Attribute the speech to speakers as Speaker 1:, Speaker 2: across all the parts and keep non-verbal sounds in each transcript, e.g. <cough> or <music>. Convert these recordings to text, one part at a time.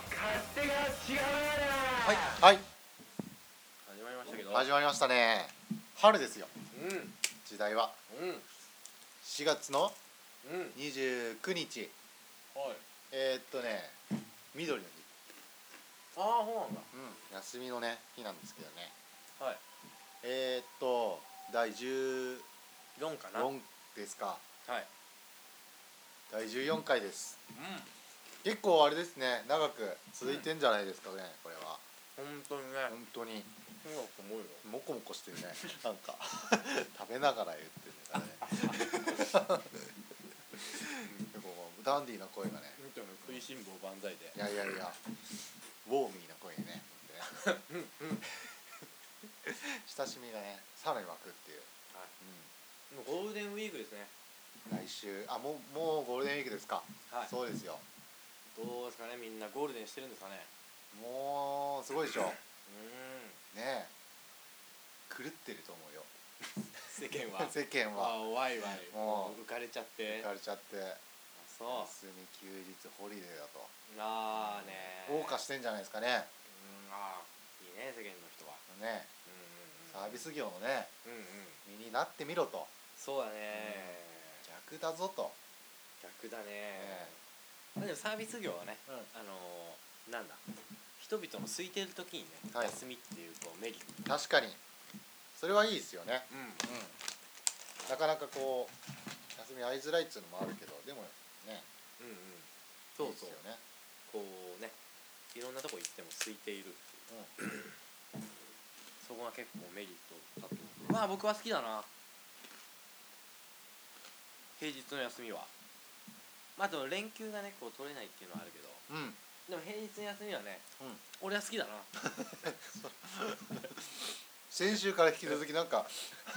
Speaker 1: はい、はい、
Speaker 2: 始まりましたけど
Speaker 1: 始まりましたね。春ですよ、
Speaker 2: うん
Speaker 1: 時代は。
Speaker 2: うん
Speaker 1: 4月の
Speaker 2: うん
Speaker 1: 29日、
Speaker 2: はい
Speaker 1: えー、っとね、緑の日、
Speaker 2: ああそうなんだ
Speaker 1: うん、休みのね、日なんですけどね。
Speaker 2: はい
Speaker 1: えー、っと、第14
Speaker 2: 4かな
Speaker 1: ですか、
Speaker 2: はい
Speaker 1: 第14回です。
Speaker 2: う
Speaker 1: 結構あれですね、長く続いてんじゃないですかね、これは。
Speaker 2: ん本当にねと
Speaker 1: 本当に、
Speaker 2: にかく思うよ
Speaker 1: もこもこしてる <laughs> ね、なんか、食べながら言ってるね、 <laughs> でもダンディーな声がね、
Speaker 2: 見ても食いしん坊万歳で
Speaker 1: いやいやいや、ウォーミーな声でね。本当ね <laughs> 親しみがね、さらに湧くっていう。
Speaker 2: はもうゴールデンウィークですね
Speaker 1: うん来週、あ、もう、もうゴールデンウィークですか。
Speaker 2: はい
Speaker 1: そうですよ。
Speaker 2: どうですかねみんなゴールデンしてるんですかね
Speaker 1: もう、すごいでしょ
Speaker 2: うん
Speaker 1: ねえ。狂ってると思うよ。
Speaker 2: 世間は
Speaker 1: 世間
Speaker 2: あ
Speaker 1: は。
Speaker 2: あわいわい
Speaker 1: もう
Speaker 2: 浮かれちゃって
Speaker 1: 浮かれちゃって。
Speaker 2: あそう
Speaker 1: 休み休日ホリデーだと。
Speaker 2: ああね
Speaker 1: 謳歌してんじゃないですかね。
Speaker 2: うんああいいね世間の人は
Speaker 1: ね。
Speaker 2: うんうんうん
Speaker 1: サービス業のね、
Speaker 2: うんうん
Speaker 1: 身になってみろと。
Speaker 2: そうだね
Speaker 1: 逆だぞと。
Speaker 2: 逆だね
Speaker 1: え
Speaker 2: まあでもサービス業はね
Speaker 1: う
Speaker 2: あ
Speaker 1: ん。
Speaker 2: のーなんだ人々の空いてる時にね、
Speaker 1: はい
Speaker 2: 休みっていうこうメリット
Speaker 1: 確かに。それはいいですよね。
Speaker 2: うん
Speaker 1: うんなかなかこう休み合いづらいっつうのもあるけどでもね
Speaker 2: うんうんそう
Speaker 1: いいっす
Speaker 2: そう
Speaker 1: よね、
Speaker 2: こうねいろんなとこ行っても空いているっていうそこが結構メリットだとまあ僕は好きだな平日の休みはまあでも連休がねこう取れないっていうのはあるけど
Speaker 1: うん、うん、
Speaker 2: でも平日の休みはね、
Speaker 1: うん
Speaker 2: 俺は好きだな
Speaker 1: 先週から引き続きなんか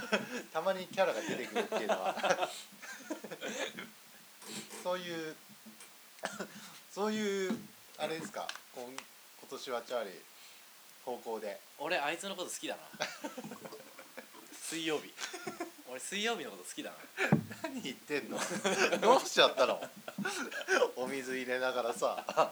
Speaker 1: <laughs> たまにキャラが出てくるっていうのは <laughs> そういう <laughs> そういうあれですかこん今年はチャーリー方向で
Speaker 2: 俺あいつのこと好きだな水曜日俺水曜日のこと好きだな
Speaker 1: 何言ってんの <laughs> どうしちゃったのお水入れながらさ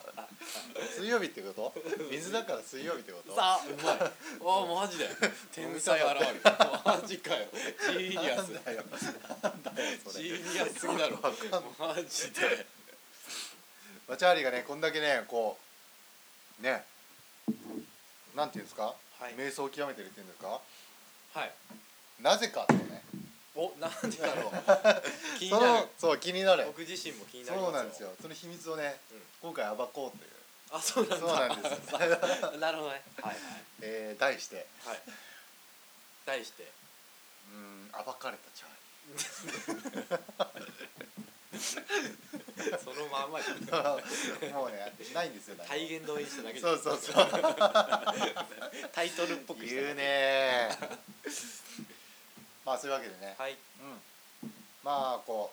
Speaker 1: 水曜日ってこと水だから水曜日ってこと
Speaker 2: さあうまいああマジで天才現れるマジかよジーニア
Speaker 1: な
Speaker 2: ス
Speaker 1: んだよそ
Speaker 2: ジ
Speaker 1: れ
Speaker 2: ーニアスすぎだろマジで
Speaker 1: まあ、チャーリーがねこんだけねこうねなんていうんですか、
Speaker 2: はい
Speaker 1: 瞑想を極めてるっていうんですか
Speaker 2: はい
Speaker 1: なぜかってね
Speaker 2: おなんでだろう気になる
Speaker 1: そのそう気になる
Speaker 2: 僕自身も気になります
Speaker 1: そうなんですよその秘密をね、
Speaker 2: うん
Speaker 1: 今回暴こうという
Speaker 2: あそうなんだ
Speaker 1: そうな
Speaker 2: <laughs>
Speaker 1: んです
Speaker 2: なるほどねはい
Speaker 1: えー、題して
Speaker 2: はいはい題して
Speaker 1: うーん暴かれたチャーリー
Speaker 2: そのまんまに
Speaker 1: もうねないんですよ
Speaker 2: 体現動員しただけで
Speaker 1: そうそうそう
Speaker 2: タイトルっぽくしただけ
Speaker 1: 言うねーまあそういうわけでね、
Speaker 2: はい
Speaker 1: うん、まあこ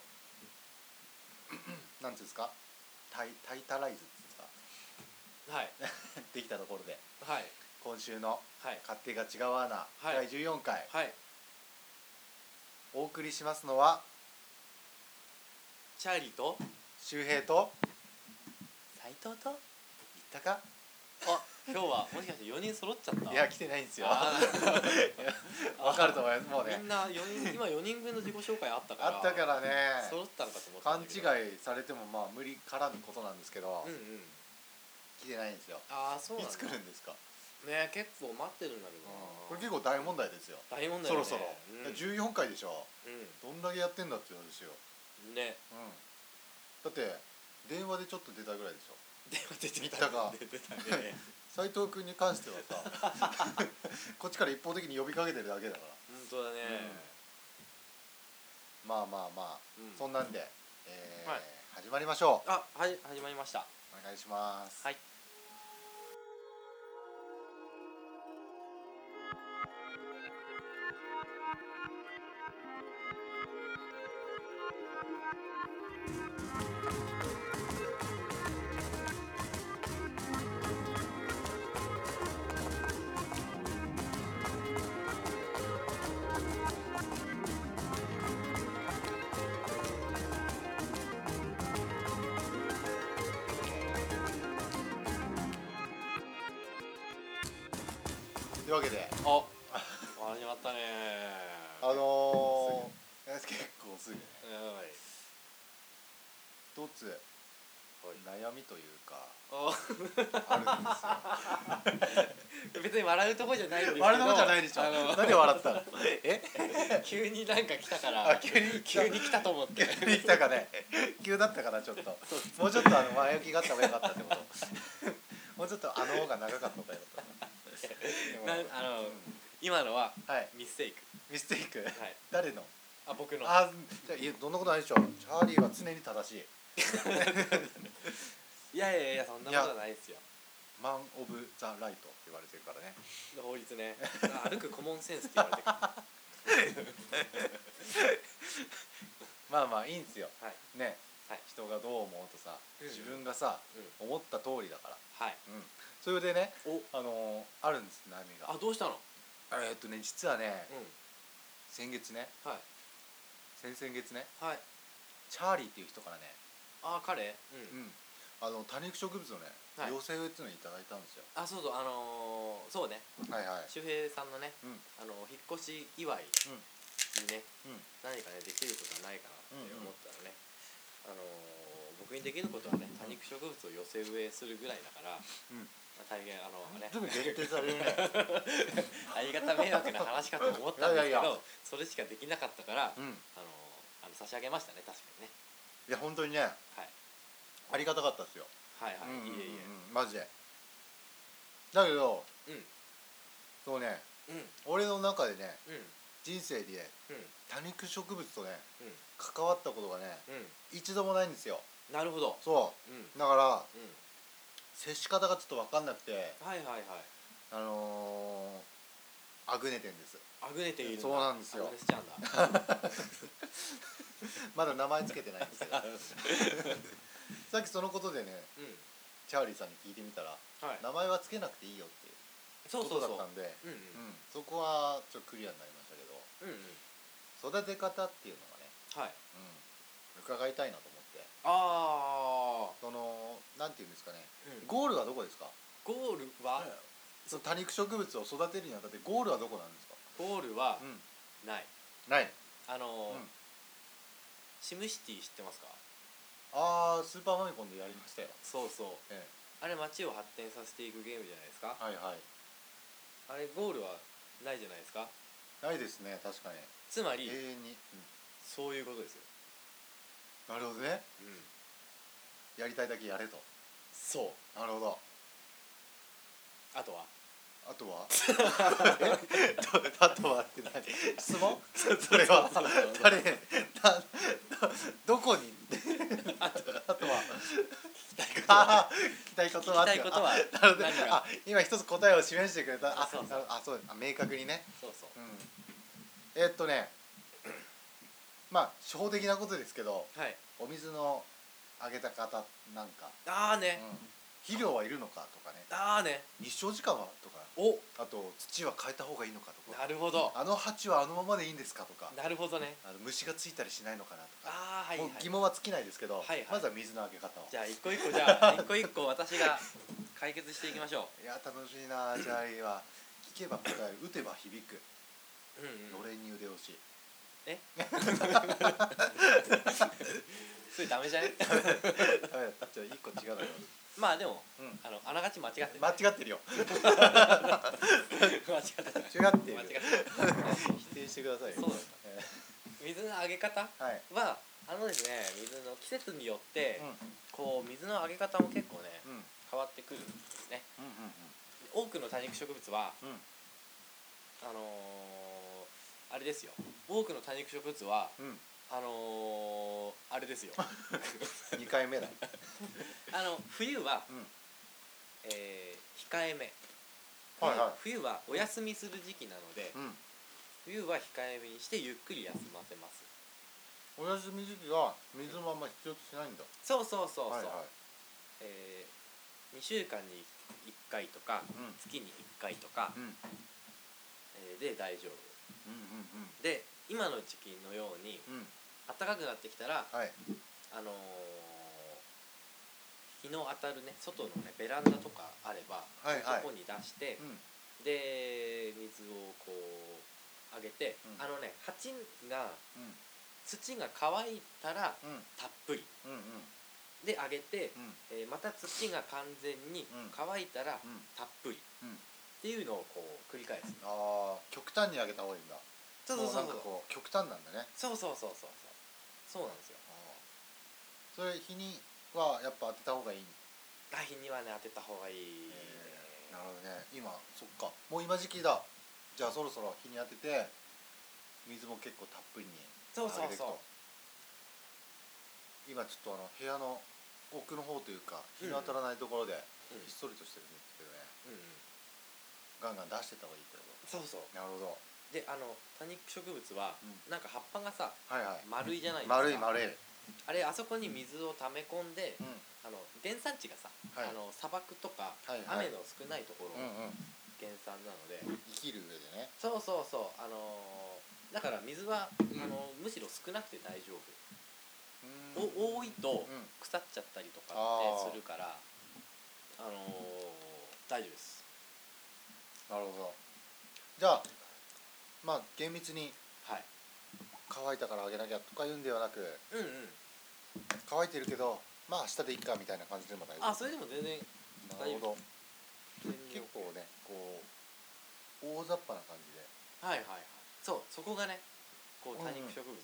Speaker 1: う <clears throat> なんていうんですかタイタイタライズっていうんですか
Speaker 2: はい
Speaker 1: できたところで
Speaker 2: はい
Speaker 1: 今週の
Speaker 2: はい
Speaker 1: 「勝手が違うアナ」
Speaker 2: はい
Speaker 1: 第14回
Speaker 2: はい
Speaker 1: お送りしますのは
Speaker 2: チャーリーと
Speaker 1: 周平と
Speaker 2: 斉藤と
Speaker 1: 言ったか
Speaker 2: あ今日はもしかして4人揃っちゃった
Speaker 1: いや来てないんですよわ
Speaker 2: あー
Speaker 1: <laughs> かると思いますもう
Speaker 2: み
Speaker 1: ね
Speaker 2: んな四人今4人分の自己紹介あったから
Speaker 1: あったからね
Speaker 2: 揃ったのかと思った
Speaker 1: 勘
Speaker 2: ん
Speaker 1: 違
Speaker 2: だけど
Speaker 1: いされてもまあ無理からぬことなんですけど
Speaker 2: うんうん
Speaker 1: 来てないんですよ
Speaker 2: ああそう
Speaker 1: い
Speaker 2: なんだ
Speaker 1: つ来るんですか
Speaker 2: ね結構待ってるんだけど
Speaker 1: これ
Speaker 2: な
Speaker 1: 結構大問題ですよ
Speaker 2: 大問題
Speaker 1: そ
Speaker 2: だよ
Speaker 1: ろ
Speaker 2: ね
Speaker 1: そろ
Speaker 2: うん
Speaker 1: 14回でしょ
Speaker 2: う
Speaker 1: どんだけやってんだって言うんですよ
Speaker 2: んね <laughs>
Speaker 1: だって電話でちょっと出たぐらいでしょ
Speaker 2: 電話出てきた
Speaker 1: 見たか
Speaker 2: 出てたね
Speaker 1: 斉藤君に関しては
Speaker 2: <laughs>
Speaker 1: さこっちから一方的に呼びかけてるだけだから
Speaker 2: 本当だね
Speaker 1: まあまあまあ、
Speaker 2: うん
Speaker 1: そんなんで、えー
Speaker 2: はい
Speaker 1: 始まりましょう
Speaker 2: あはい始まりました
Speaker 1: お願いします、
Speaker 2: はい
Speaker 1: 「というわけで
Speaker 2: あ始まったね
Speaker 1: あのー、結構すぐね
Speaker 2: はい
Speaker 1: 一つ悩みというか
Speaker 2: あ
Speaker 1: あるんですよ
Speaker 2: 別に笑うとこじゃないんですけど
Speaker 1: あれのじゃないでしょ
Speaker 2: あの
Speaker 1: 何で笑ったのえ
Speaker 2: 急になんか来たか
Speaker 1: あ
Speaker 2: ら
Speaker 1: 急に
Speaker 2: 急に来たと思って
Speaker 1: 急に来たかね急だったかなちょっともうちょっとあの前置きがあった方が良かったってこともうちょっとあの方が長かった方が良かった
Speaker 2: な
Speaker 1: な
Speaker 2: あ
Speaker 1: で
Speaker 2: の
Speaker 1: も
Speaker 2: 今のは
Speaker 1: はい
Speaker 2: ミステイク
Speaker 1: ミステイク
Speaker 2: はい
Speaker 1: 誰の
Speaker 2: あ僕の
Speaker 1: あじゃあいやどんなことないでしょうチャーリーは常に正しい
Speaker 2: いやいやいやそんなことはないですよ
Speaker 1: マン・オブ・ザ・ライトって言われてるからね
Speaker 2: 法律ねあ歩くコモンセンスって言われ
Speaker 1: <laughs>
Speaker 2: てる
Speaker 1: まあまあいいんですよ
Speaker 2: はい
Speaker 1: ね、
Speaker 2: はい
Speaker 1: 人がどう思うとさ
Speaker 2: うん
Speaker 1: 自分がさ、
Speaker 2: う
Speaker 1: 思った通りだから
Speaker 2: はい
Speaker 1: うんそれでね
Speaker 2: お
Speaker 1: あのーあるんです悩みが
Speaker 2: あどうしたの
Speaker 1: えーっとね実はね
Speaker 2: う
Speaker 1: 先月ね
Speaker 2: んはい
Speaker 1: 先々月ね
Speaker 2: はい
Speaker 1: チャーリーっていう人からね、
Speaker 2: あ彼う
Speaker 1: うんん、あの多肉植物のね
Speaker 2: はい
Speaker 1: 養成っていうのをいただいたんですよ
Speaker 2: あそうそうあのーそうね
Speaker 1: はいはい
Speaker 2: 周平さんのね
Speaker 1: うん
Speaker 2: あの引っ越し祝い
Speaker 1: うん
Speaker 2: にね
Speaker 1: うん
Speaker 2: 何かねできることはないかなって思ったらねあのー僕にできることはね多肉植物を寄せ植えするぐらいだから
Speaker 1: ん
Speaker 2: まあ大変あのね
Speaker 1: すぐ限定されるね
Speaker 2: <laughs> ありがた迷惑な話かと思ったんですけ
Speaker 1: いやいやい
Speaker 2: どそれしかできなかったから
Speaker 1: うん
Speaker 2: あのあの差し上げましたね確かにね、
Speaker 1: いや本当にね
Speaker 2: はい、
Speaker 1: ありがたかったですよ、
Speaker 2: はいはい
Speaker 1: うんうんうん
Speaker 2: いえい
Speaker 1: マジでだけど
Speaker 2: え
Speaker 1: そうね
Speaker 2: うんうん
Speaker 1: 俺の中でね
Speaker 2: うん
Speaker 1: 人生でね
Speaker 2: うん
Speaker 1: 多肉植物とね
Speaker 2: うん
Speaker 1: 関わったことがね
Speaker 2: う
Speaker 1: 一度もないんですよ
Speaker 2: んなるほど
Speaker 1: そ
Speaker 2: うん
Speaker 1: うだから
Speaker 2: うん
Speaker 1: 接し方がちょっと分かんなくて
Speaker 2: はいはいはい
Speaker 1: あのー、あぐねてんです
Speaker 2: あぐねているんだ
Speaker 1: そうなんですよ
Speaker 2: あぐねちゃうんだ
Speaker 1: まだ名前つけてない <laughs> んですけどさっきそのことでね
Speaker 2: うん
Speaker 1: チャーリーさんに聞いてみたら
Speaker 2: はい
Speaker 1: 名前はつけなくていいよっていう
Speaker 2: そうそ
Speaker 1: こ
Speaker 2: う
Speaker 1: とだ
Speaker 2: そう
Speaker 1: ったんで
Speaker 2: うんうん
Speaker 1: うんそこはちょっとクリアになりましたけ
Speaker 2: うんうん
Speaker 1: ど育て方っていうのが
Speaker 2: は
Speaker 1: ね、
Speaker 2: い
Speaker 1: うん、伺いたいなと思って
Speaker 2: ああ
Speaker 1: そのなんていうんですかね
Speaker 2: うん
Speaker 1: ゴールはどこですか
Speaker 2: ゴールは
Speaker 1: その多肉植物を育てるにあたってゴールはどこなんですか
Speaker 2: ゴールは
Speaker 1: ん
Speaker 2: ない
Speaker 1: ない
Speaker 2: あのー
Speaker 1: うん
Speaker 2: シムシティ知ってますか
Speaker 1: ああスーパーファミコンでやりましたよ、
Speaker 2: そうそう
Speaker 1: え
Speaker 2: あれ街を発展させていくゲームじゃないですか
Speaker 1: え、はいはい
Speaker 2: あれゴールはないじゃないですか
Speaker 1: ないですね確かに
Speaker 2: つま
Speaker 1: 永
Speaker 2: り
Speaker 1: 遠に、
Speaker 2: そういうことですよ
Speaker 1: うんなるほどね
Speaker 2: うん
Speaker 1: やりたいだけやれと
Speaker 2: そう
Speaker 1: なるほど
Speaker 2: あとは
Speaker 1: あとはえ <laughs> とあとはって何質問それは
Speaker 2: そうそうそう
Speaker 1: 誰なな <laughs> どこにあとは <laughs> あー聞きたいことは
Speaker 2: 聞きたいことは
Speaker 1: あなるほどね
Speaker 2: 何
Speaker 1: あ
Speaker 2: が
Speaker 1: 今一つ答えを示してくれたあ
Speaker 2: そうそう
Speaker 1: なるほどあそうあ明確にね
Speaker 2: <laughs> そうそう
Speaker 1: うん、えーっとねまあ初歩的なことですけど
Speaker 2: はい
Speaker 1: お水のあげた方なんか、
Speaker 2: ああ
Speaker 1: う
Speaker 2: ね
Speaker 1: ん、肥料はいるのかとかね
Speaker 2: ああね
Speaker 1: 日照時間はとか
Speaker 2: お
Speaker 1: あと土は変えた方がいいのかとか
Speaker 2: なるほど
Speaker 1: あの鉢はあのままでいいんですかとか
Speaker 2: なるほどね
Speaker 1: あの虫がついたりしないのかなとか、
Speaker 2: ああはいはい
Speaker 1: もう疑問は尽きないですけど、
Speaker 2: はいはい
Speaker 1: まずは水のあげ方を
Speaker 2: じゃあ一個一個じゃあ
Speaker 1: <laughs>
Speaker 2: 一個一個私が解決していきましょ
Speaker 1: いや楽しいなジャーリーは聞けば答える打てば響く
Speaker 2: ううん
Speaker 1: の
Speaker 2: うん
Speaker 1: れんに腕押し
Speaker 2: えそれダメじゃね
Speaker 1: ダメだったじゃあ一個違うだろ
Speaker 2: まあでも
Speaker 1: うん
Speaker 2: あのあながち間違ってない
Speaker 1: 間違ってるよ
Speaker 2: 間違ってない
Speaker 1: 違って
Speaker 2: 間違って
Speaker 1: るよ
Speaker 2: ない
Speaker 1: 否定してください
Speaker 2: そ
Speaker 1: よ
Speaker 2: うですか
Speaker 1: え
Speaker 2: 水のあげ方
Speaker 1: ーはい
Speaker 2: はあのですね水の季節によって
Speaker 1: うん
Speaker 2: こう水のあげ方も結構ね
Speaker 1: うん
Speaker 2: 変わってくるんですね
Speaker 1: うん
Speaker 2: 多くの多肉植物は
Speaker 1: うんうん
Speaker 2: あのーあれですよ多くの多肉植物は
Speaker 1: うんうん
Speaker 2: あのーあれ
Speaker 1: <laughs>
Speaker 2: ですよ
Speaker 1: 二回目だ
Speaker 2: あの冬は、
Speaker 1: うん
Speaker 2: えー控えめ冬,、
Speaker 1: はいはい
Speaker 2: 冬はお休みする時期なので、
Speaker 1: うん
Speaker 2: 冬は控えめにしてゆっくり休ませます
Speaker 1: お休み時期は水のまま必要としないんだ
Speaker 2: そうそうそうそう、
Speaker 1: はいは
Speaker 2: え2週間に1回とか
Speaker 1: いうん
Speaker 2: 月に1回とか、
Speaker 1: うんうん
Speaker 2: えーで大丈夫で今の時期のように
Speaker 1: うんうん
Speaker 2: 暖かくなってきたら
Speaker 1: はい
Speaker 2: あのー日の当たるね外のねベランダとかあれば、
Speaker 1: はいはい
Speaker 2: そこに出して
Speaker 1: うん
Speaker 2: で水をこうあげて、
Speaker 1: うん
Speaker 2: あのね鉢が
Speaker 1: うん
Speaker 2: 土が乾いたら
Speaker 1: うん
Speaker 2: たっぷり
Speaker 1: うんうん
Speaker 2: であげて、
Speaker 1: うん
Speaker 2: えーまた土が完全に
Speaker 1: うん
Speaker 2: 乾いたら
Speaker 1: うん
Speaker 2: たっぷり、
Speaker 1: うん
Speaker 2: っていうのをこう繰り返す
Speaker 1: ああ極端にあげた方がいいんだ
Speaker 2: そうそうそう
Speaker 1: もうなんかこう極端なんだね
Speaker 2: そうそうそうそうそうそうなんですよ
Speaker 1: あーそれ日にはやっぱ当てた方がいい、
Speaker 2: あ日にはね当てた方がいいね、
Speaker 1: なるほどね今そっかもう今時期だじゃあそろそろ日に当てて水も結構たっぷりに
Speaker 2: そうそう
Speaker 1: あげていく
Speaker 2: そう
Speaker 1: と今ちょっとあの部屋の奥の方というか日の当たらないところで
Speaker 2: うん
Speaker 1: ひっそりとしてるんですけ
Speaker 2: うんう
Speaker 1: どね、
Speaker 2: ん
Speaker 1: ガンガン出してた方がいいって
Speaker 2: そう
Speaker 1: こ
Speaker 2: そう
Speaker 1: となるほど
Speaker 2: であの多肉植物は、
Speaker 1: う
Speaker 2: なんか葉っぱがさ
Speaker 1: はいはい
Speaker 2: 丸いじゃないですか
Speaker 1: 丸い丸い、うん、
Speaker 2: あれあそこに水を溜め込んで、あの原産地がさ、あ
Speaker 1: はい
Speaker 2: の砂漠とか、
Speaker 1: はいは
Speaker 2: 雨
Speaker 1: い
Speaker 2: の少ないところ
Speaker 1: うんうん
Speaker 2: 原産なので、
Speaker 1: 生きる上でね
Speaker 2: そうそうそうあのーだから水は、あのーむしろ少なくて大丈夫、
Speaker 1: う
Speaker 2: お
Speaker 1: ん
Speaker 2: 多いと
Speaker 1: うん
Speaker 2: 腐っちゃったりとかっ
Speaker 1: あ
Speaker 2: て
Speaker 1: ー
Speaker 2: するからあのー大丈夫です
Speaker 1: なるほどじゃあまあ厳密に
Speaker 2: はい
Speaker 1: 乾いたからあげなきゃとか言うんではなく
Speaker 2: うんうん
Speaker 1: 乾いてるけどまあ明日でいっかみたいな感じでも大丈夫
Speaker 2: あそれでも全然
Speaker 1: なるほど
Speaker 2: 全然
Speaker 1: 結構ねこう大雑把な感じで
Speaker 2: はいはいはいそうそこがねこう
Speaker 1: うんうん
Speaker 2: 多肉植物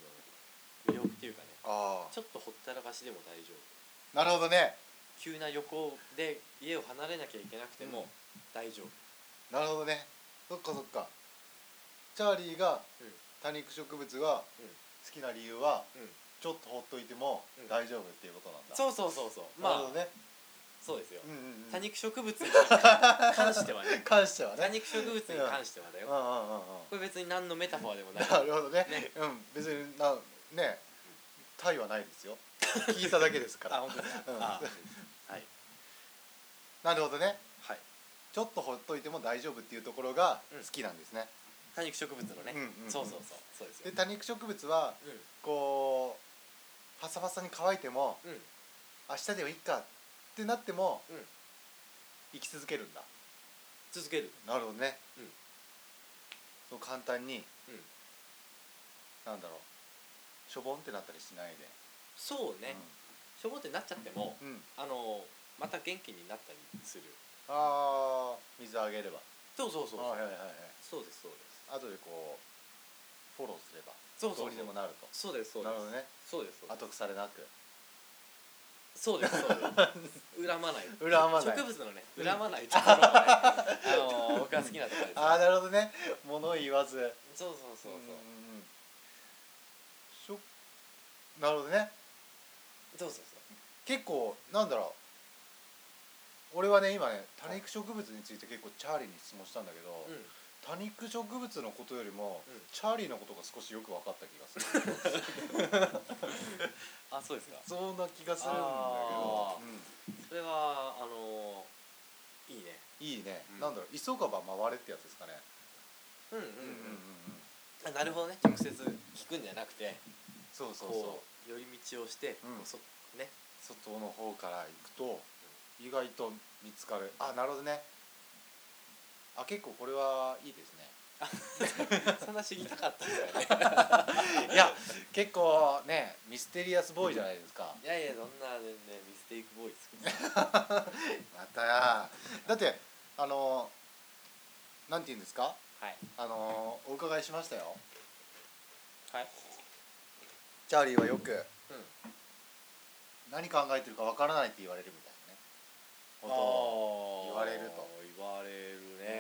Speaker 2: の魅力っていうかね
Speaker 1: あ
Speaker 2: ちょっとほったらかしでも大丈夫
Speaker 1: あなるほどね
Speaker 2: 急な旅行で家を離れなきゃいけなくても大丈夫、
Speaker 1: なるほどねそっかそっかチャーリーが
Speaker 2: うん
Speaker 1: 多肉植物が好
Speaker 2: うん
Speaker 1: きな理由は
Speaker 2: うん
Speaker 1: ちょっとほっといても
Speaker 2: うん
Speaker 1: 大丈夫っていうことなんだ、
Speaker 2: そうそうそうそうま
Speaker 1: なる
Speaker 2: あ
Speaker 1: ほどね
Speaker 2: そうですよ、
Speaker 1: うんうんうん
Speaker 2: 多肉植物に <laughs> 関してはね
Speaker 1: 関しては
Speaker 2: 多
Speaker 1: ね
Speaker 2: 肉植物に関してはだ
Speaker 1: うん
Speaker 2: よ
Speaker 1: うんうんう
Speaker 2: こ
Speaker 1: ん
Speaker 2: れ別に何のメタファーでもない
Speaker 1: <laughs> なるほどねうん別になねタイはないですよ聞いただけですか
Speaker 2: <laughs> <laughs> あ
Speaker 1: ら
Speaker 2: 本当ですか、
Speaker 1: うん
Speaker 2: あはい
Speaker 1: なるほどね
Speaker 2: はい
Speaker 1: ちょっとほっといても大丈夫っていうところが
Speaker 2: うん
Speaker 1: 好きなんですね、
Speaker 2: 多肉植物のね、
Speaker 1: うんうんうん
Speaker 2: そうそうそうそうですよ
Speaker 1: で多肉植物はこうパサパサに乾いても
Speaker 2: うんうん
Speaker 1: 明日ではいいかってなっても、
Speaker 2: うん
Speaker 1: 生き続けるんだ
Speaker 2: 続ける
Speaker 1: なるほどね、
Speaker 2: うん
Speaker 1: そう簡単に
Speaker 2: うん
Speaker 1: なんだろうしょぼんってなったりしないで
Speaker 2: そうね、しょぼってなっちゃっても
Speaker 1: うん、うん、
Speaker 2: あのまた元気になったりする
Speaker 1: あー水あげれば
Speaker 2: そうそうそう
Speaker 1: あーはいはいはいはい
Speaker 2: そうですそうで
Speaker 1: 後でこうフォローすれば
Speaker 2: すそうそう
Speaker 1: どうにでもなると
Speaker 2: そうですそうで
Speaker 1: な
Speaker 2: す
Speaker 1: るほどね
Speaker 2: そうですそうです
Speaker 1: 後腐れなく
Speaker 2: そうですそうです <laughs> 恨まない
Speaker 1: 恨まない
Speaker 2: 植物のね恨ま <laughs> ないところがね、あの僕が好きなところです
Speaker 1: ああなるほどね物を言わず
Speaker 2: そうそうそうそう
Speaker 1: うんうんうんしょなるほどね
Speaker 2: そうそう
Speaker 1: 結構なんだろう俺はね今ね多肉植物について結構チャーリーに質問したんだけど、
Speaker 2: そううん
Speaker 1: 多肉植物のことよりも、
Speaker 2: うん
Speaker 1: チャーリーのことが少しよく分かった気がする
Speaker 2: あそうですか
Speaker 1: <laughs> そんな気がするんだけ
Speaker 2: あ
Speaker 1: ど
Speaker 2: ー、それはあのいいね
Speaker 1: うんいいね、
Speaker 2: うん
Speaker 1: なんだろう急がば回れってやつですかね、
Speaker 2: うんうん
Speaker 1: うんうんうんうん、
Speaker 2: うんあなるほどね直接聞くんじゃなくて
Speaker 1: そうそうそう
Speaker 2: こう寄り道をして、
Speaker 1: うん
Speaker 2: こうそね <laughs>
Speaker 1: 外の方から行くと意外と見つかるあなるほどねあ結構これはいいですね
Speaker 2: そんな知りたかったんだよね
Speaker 1: いや結構ねミステリアスボーイじゃないですか
Speaker 2: いやいやそんなねミステイクボーイですけど
Speaker 1: またやだってあのなんて言うんですか
Speaker 2: はい
Speaker 1: あのお伺いしましたよ
Speaker 2: はい
Speaker 1: チャーリーはよく
Speaker 2: うん
Speaker 1: 何考えてるかわからないって言われるみたいなねこ
Speaker 2: 言
Speaker 1: 言われると
Speaker 2: 言われるね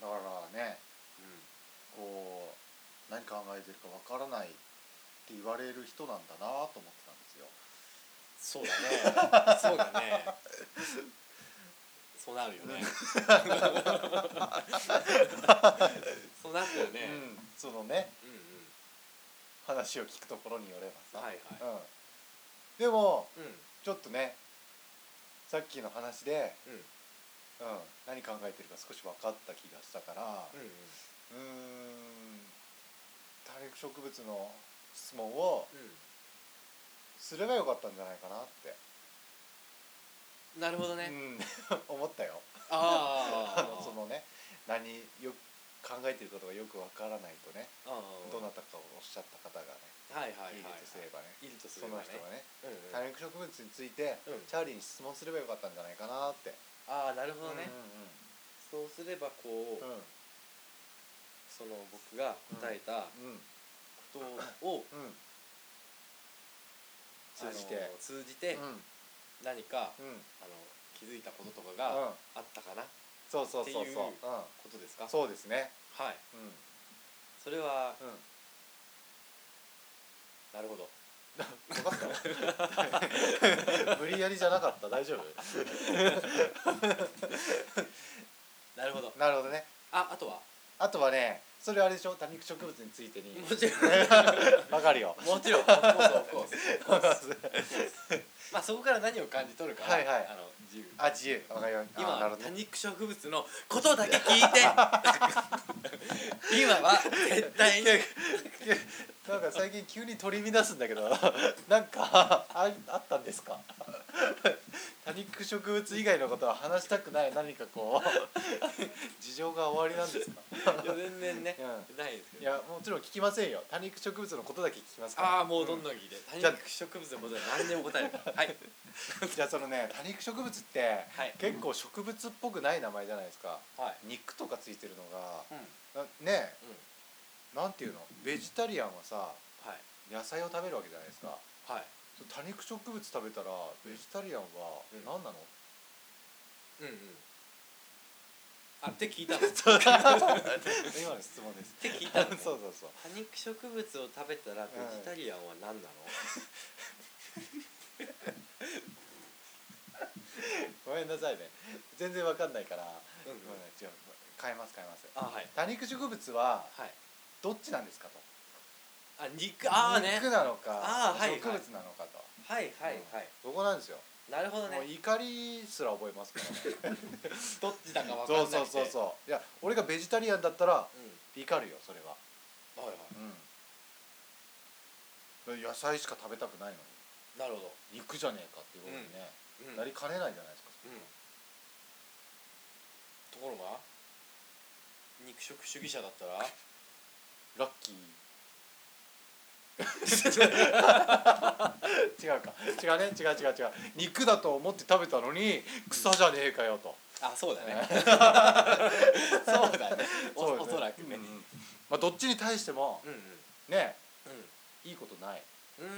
Speaker 1: とをだからね
Speaker 2: うん、
Speaker 1: こう何考えてるかわからないって言われる人なんだなと思ってたんですよ
Speaker 2: そうだねそうだねそうなるよ
Speaker 1: <laughs>
Speaker 2: ねそうなったよね、うんうん
Speaker 1: うん、そのね話を聞くところによればさ、
Speaker 2: はいはい
Speaker 1: うん、でも
Speaker 2: うん
Speaker 1: ちょっとねさっきの話で、
Speaker 2: うん
Speaker 1: うん、何考えてるか少し分かった気がしたから
Speaker 2: うんうん
Speaker 1: うーん多肉植物の質問を
Speaker 2: うん
Speaker 1: すればよかったんじゃないかなって
Speaker 2: なるほど
Speaker 1: う
Speaker 2: ね、
Speaker 1: ん <laughs> 思ったよ
Speaker 2: あ
Speaker 1: あ <laughs> のそのね何よ考えてることがよくわからないとね
Speaker 2: あ
Speaker 1: どな
Speaker 2: は
Speaker 1: たかをおっしゃった方がね
Speaker 2: いはいはい
Speaker 1: いいねとすればね
Speaker 2: いるとす
Speaker 1: そ
Speaker 2: れば
Speaker 1: の
Speaker 2: ね
Speaker 1: 人がね
Speaker 2: うんうん
Speaker 1: 多肉植物について
Speaker 2: うん
Speaker 1: チャーリーに質問すればよかったんじゃないかなって
Speaker 2: ああなるほどね、
Speaker 1: う
Speaker 2: そうすればこう、
Speaker 1: んうん
Speaker 2: その僕が答えたことを
Speaker 1: うんうん
Speaker 2: あの
Speaker 1: 通じて
Speaker 2: 通じて
Speaker 1: うん
Speaker 2: 何か、
Speaker 1: うん
Speaker 2: あの気づいたこととか
Speaker 1: う
Speaker 2: が
Speaker 1: ん
Speaker 2: あったかな
Speaker 1: そうそうそうそう
Speaker 2: っていう
Speaker 1: う
Speaker 2: ことですか
Speaker 1: んそうですね
Speaker 2: はい
Speaker 1: うん
Speaker 2: それは
Speaker 1: うん
Speaker 2: なるほど
Speaker 1: 分か
Speaker 2: <laughs>
Speaker 1: った無理やりじゃなかった大丈夫
Speaker 2: なるほど
Speaker 1: なるほどね
Speaker 2: ああとは
Speaker 1: あとはねそれあれでしょ多肉植物についてに
Speaker 2: もちろ
Speaker 1: <laughs>
Speaker 2: ん
Speaker 1: わか
Speaker 2: <laughs>
Speaker 1: るよ
Speaker 2: もちろん of course, of course. まあそこから何を感じ取るか
Speaker 1: はいはい
Speaker 2: あの自由
Speaker 1: あ自由わかるよ
Speaker 2: 今
Speaker 1: あなる
Speaker 2: は
Speaker 1: ほど
Speaker 2: 多
Speaker 1: ね
Speaker 2: 肉植物のことだけ聞い
Speaker 1: <laughs>
Speaker 2: て今は絶対に
Speaker 1: なんか最近急に取り乱すんだけど <laughs> なんかああったんですか <laughs> 多肉植物以外のことは話したくない何かこう <laughs> 事情が終わりなんですか
Speaker 2: いや全然ね、
Speaker 1: う
Speaker 2: ないですけ
Speaker 1: い
Speaker 2: ど
Speaker 1: やもちろん聞きませんよ多肉植物のことだけ聞きますから
Speaker 2: ああもうどんどん聞いて、
Speaker 1: ん
Speaker 2: 多肉植物のことは何でも答えるからはい
Speaker 1: <laughs> じゃあそのね多肉植物って、
Speaker 2: はい
Speaker 1: 結構植物っぽくない名前じゃないですか
Speaker 2: はい
Speaker 1: 肉とかついてるの
Speaker 2: う
Speaker 1: が
Speaker 2: ん
Speaker 1: なね
Speaker 2: うん
Speaker 1: なんていうのベジタリアンはさ
Speaker 2: はい
Speaker 1: 野菜を食べるわけじゃないですか
Speaker 2: はい
Speaker 1: 多肉植物食べたらベジタリアンは
Speaker 2: うん
Speaker 1: 何なの、
Speaker 2: うんうんあって聞いた <laughs> のっ
Speaker 1: <laughs> 今の質問です
Speaker 2: て聞いたの、ね、<laughs>
Speaker 1: <laughs> そうそうそう
Speaker 2: 多肉植物を食べたらベジタリアンは何なの、
Speaker 1: ごめんなさいね全然わかんないから、
Speaker 2: うんうん
Speaker 1: ごめんなさい違う変えます変えます
Speaker 2: あはい
Speaker 1: 多肉植物は
Speaker 2: はい
Speaker 1: どっちなんですかと
Speaker 2: あ肉ああね
Speaker 1: 肉なのか
Speaker 2: あーはいはい
Speaker 1: 植物なのかと、
Speaker 2: はいはいはい、
Speaker 1: そこなんですよ、
Speaker 2: なるほど
Speaker 1: もう
Speaker 2: ね
Speaker 1: 怒りすら覚えますからね
Speaker 2: どっちだか分かん
Speaker 1: そ
Speaker 2: なくて
Speaker 1: うそうそうそういや俺がベジタリアンだったら
Speaker 2: うん
Speaker 1: 怒るよそれは
Speaker 2: はいはい
Speaker 1: うん野菜しか食べたくないの
Speaker 2: なるほど、
Speaker 1: に肉じゃねえかっていうことに
Speaker 2: うん、
Speaker 1: ね、なりかねないじゃないですか
Speaker 2: うんところが肉食主義者だったら
Speaker 1: ラッキー <laughs> 違うか違うね違う違う違う肉だと思って食べたのに草じゃねえかよと
Speaker 2: あそうだねそうだね <laughs> お
Speaker 1: そうで
Speaker 2: お
Speaker 1: す
Speaker 2: そらくね
Speaker 1: うんうんまあどっちに対しても
Speaker 2: うんうん
Speaker 1: ね
Speaker 2: うん
Speaker 1: いいことない
Speaker 2: うん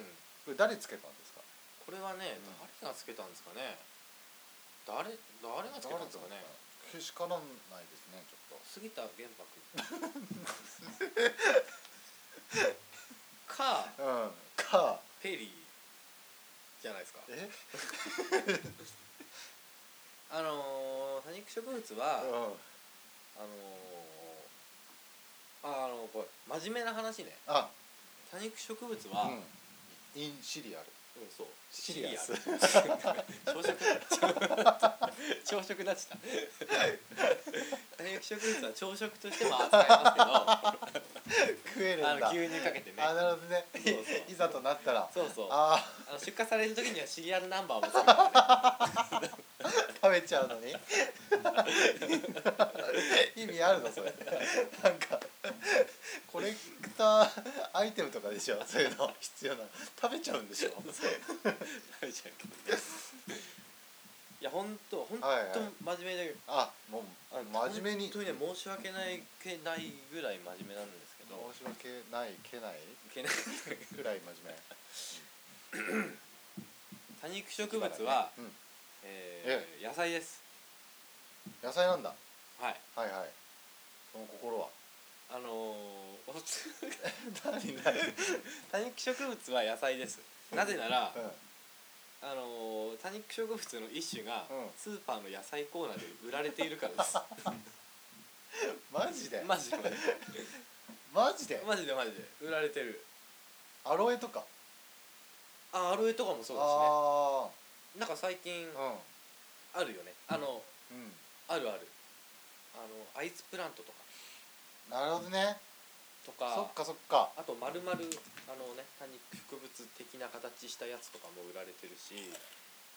Speaker 1: んこれ誰つけたんですか
Speaker 2: これはね
Speaker 1: うん
Speaker 2: 誰がつけたんですかね誰誰がつけたんですかね
Speaker 1: けしからないですねちょっと
Speaker 2: 杉田玄白か
Speaker 1: うん、か
Speaker 2: ペリーじゃないですか
Speaker 1: え、
Speaker 2: あのー、多肉植物は、
Speaker 1: うん、
Speaker 2: あのー、ああのこれ真面目な話ね
Speaker 1: あ、
Speaker 2: 多肉植物は、うん
Speaker 1: うん、インシリアル
Speaker 2: そう
Speaker 1: シリアス <laughs>
Speaker 2: シリアル朝食朝食なっちゃった多肉植物は朝食としても扱いま
Speaker 1: 食え
Speaker 2: すけ
Speaker 1: るん
Speaker 2: ど
Speaker 1: <laughs>
Speaker 2: あ
Speaker 1: だあ
Speaker 2: の牛乳かけてね <laughs>
Speaker 1: なるほどね
Speaker 2: そうそう
Speaker 1: いざとなったら
Speaker 2: そうそうあ
Speaker 1: あ
Speaker 2: の出荷される時にはシリアルナンバーもつけて
Speaker 1: <laughs>
Speaker 2: ね
Speaker 1: ー食べちゃうの <laughs> に意味あるのそれなんかコレクターアイテムとかでしょそういうの必要なの食べちゃうんでしょ
Speaker 2: 食べちゃうけどいや本当本当
Speaker 1: はいはい
Speaker 2: 真面目だけど
Speaker 1: あもう
Speaker 2: あの
Speaker 1: 真面目に
Speaker 2: 本当にね申し訳ないけないぐらい真面目なんですけど
Speaker 1: 申し訳ないけない
Speaker 2: けない <laughs>
Speaker 1: くらい真面目
Speaker 2: 多肉植物は、
Speaker 1: うん、
Speaker 2: えー野菜です
Speaker 1: 野菜なんだ
Speaker 2: はい
Speaker 1: はいはいその心は
Speaker 2: あのーお
Speaker 1: 何何
Speaker 2: <laughs> 多肉植物は野菜ですなぜなら、
Speaker 1: うん
Speaker 2: あのー多肉植物の一種が
Speaker 1: うん
Speaker 2: スーパーの野菜コーナーで売られているからです
Speaker 1: <laughs> マジで、
Speaker 2: マジで
Speaker 1: <laughs> マジで、
Speaker 2: マジでマジで売られてる
Speaker 1: アロエとか
Speaker 2: あアロエとかもそうですね
Speaker 1: あ
Speaker 2: なんか最近
Speaker 1: あ
Speaker 2: あるよねあの
Speaker 1: うんうん
Speaker 2: あるあるあのアイスプラントとか
Speaker 1: なるほどね
Speaker 2: と
Speaker 1: そ
Speaker 2: か
Speaker 1: っかそっか
Speaker 2: あとまるまるあのね多肉植物的な形したやつとかも売られてるし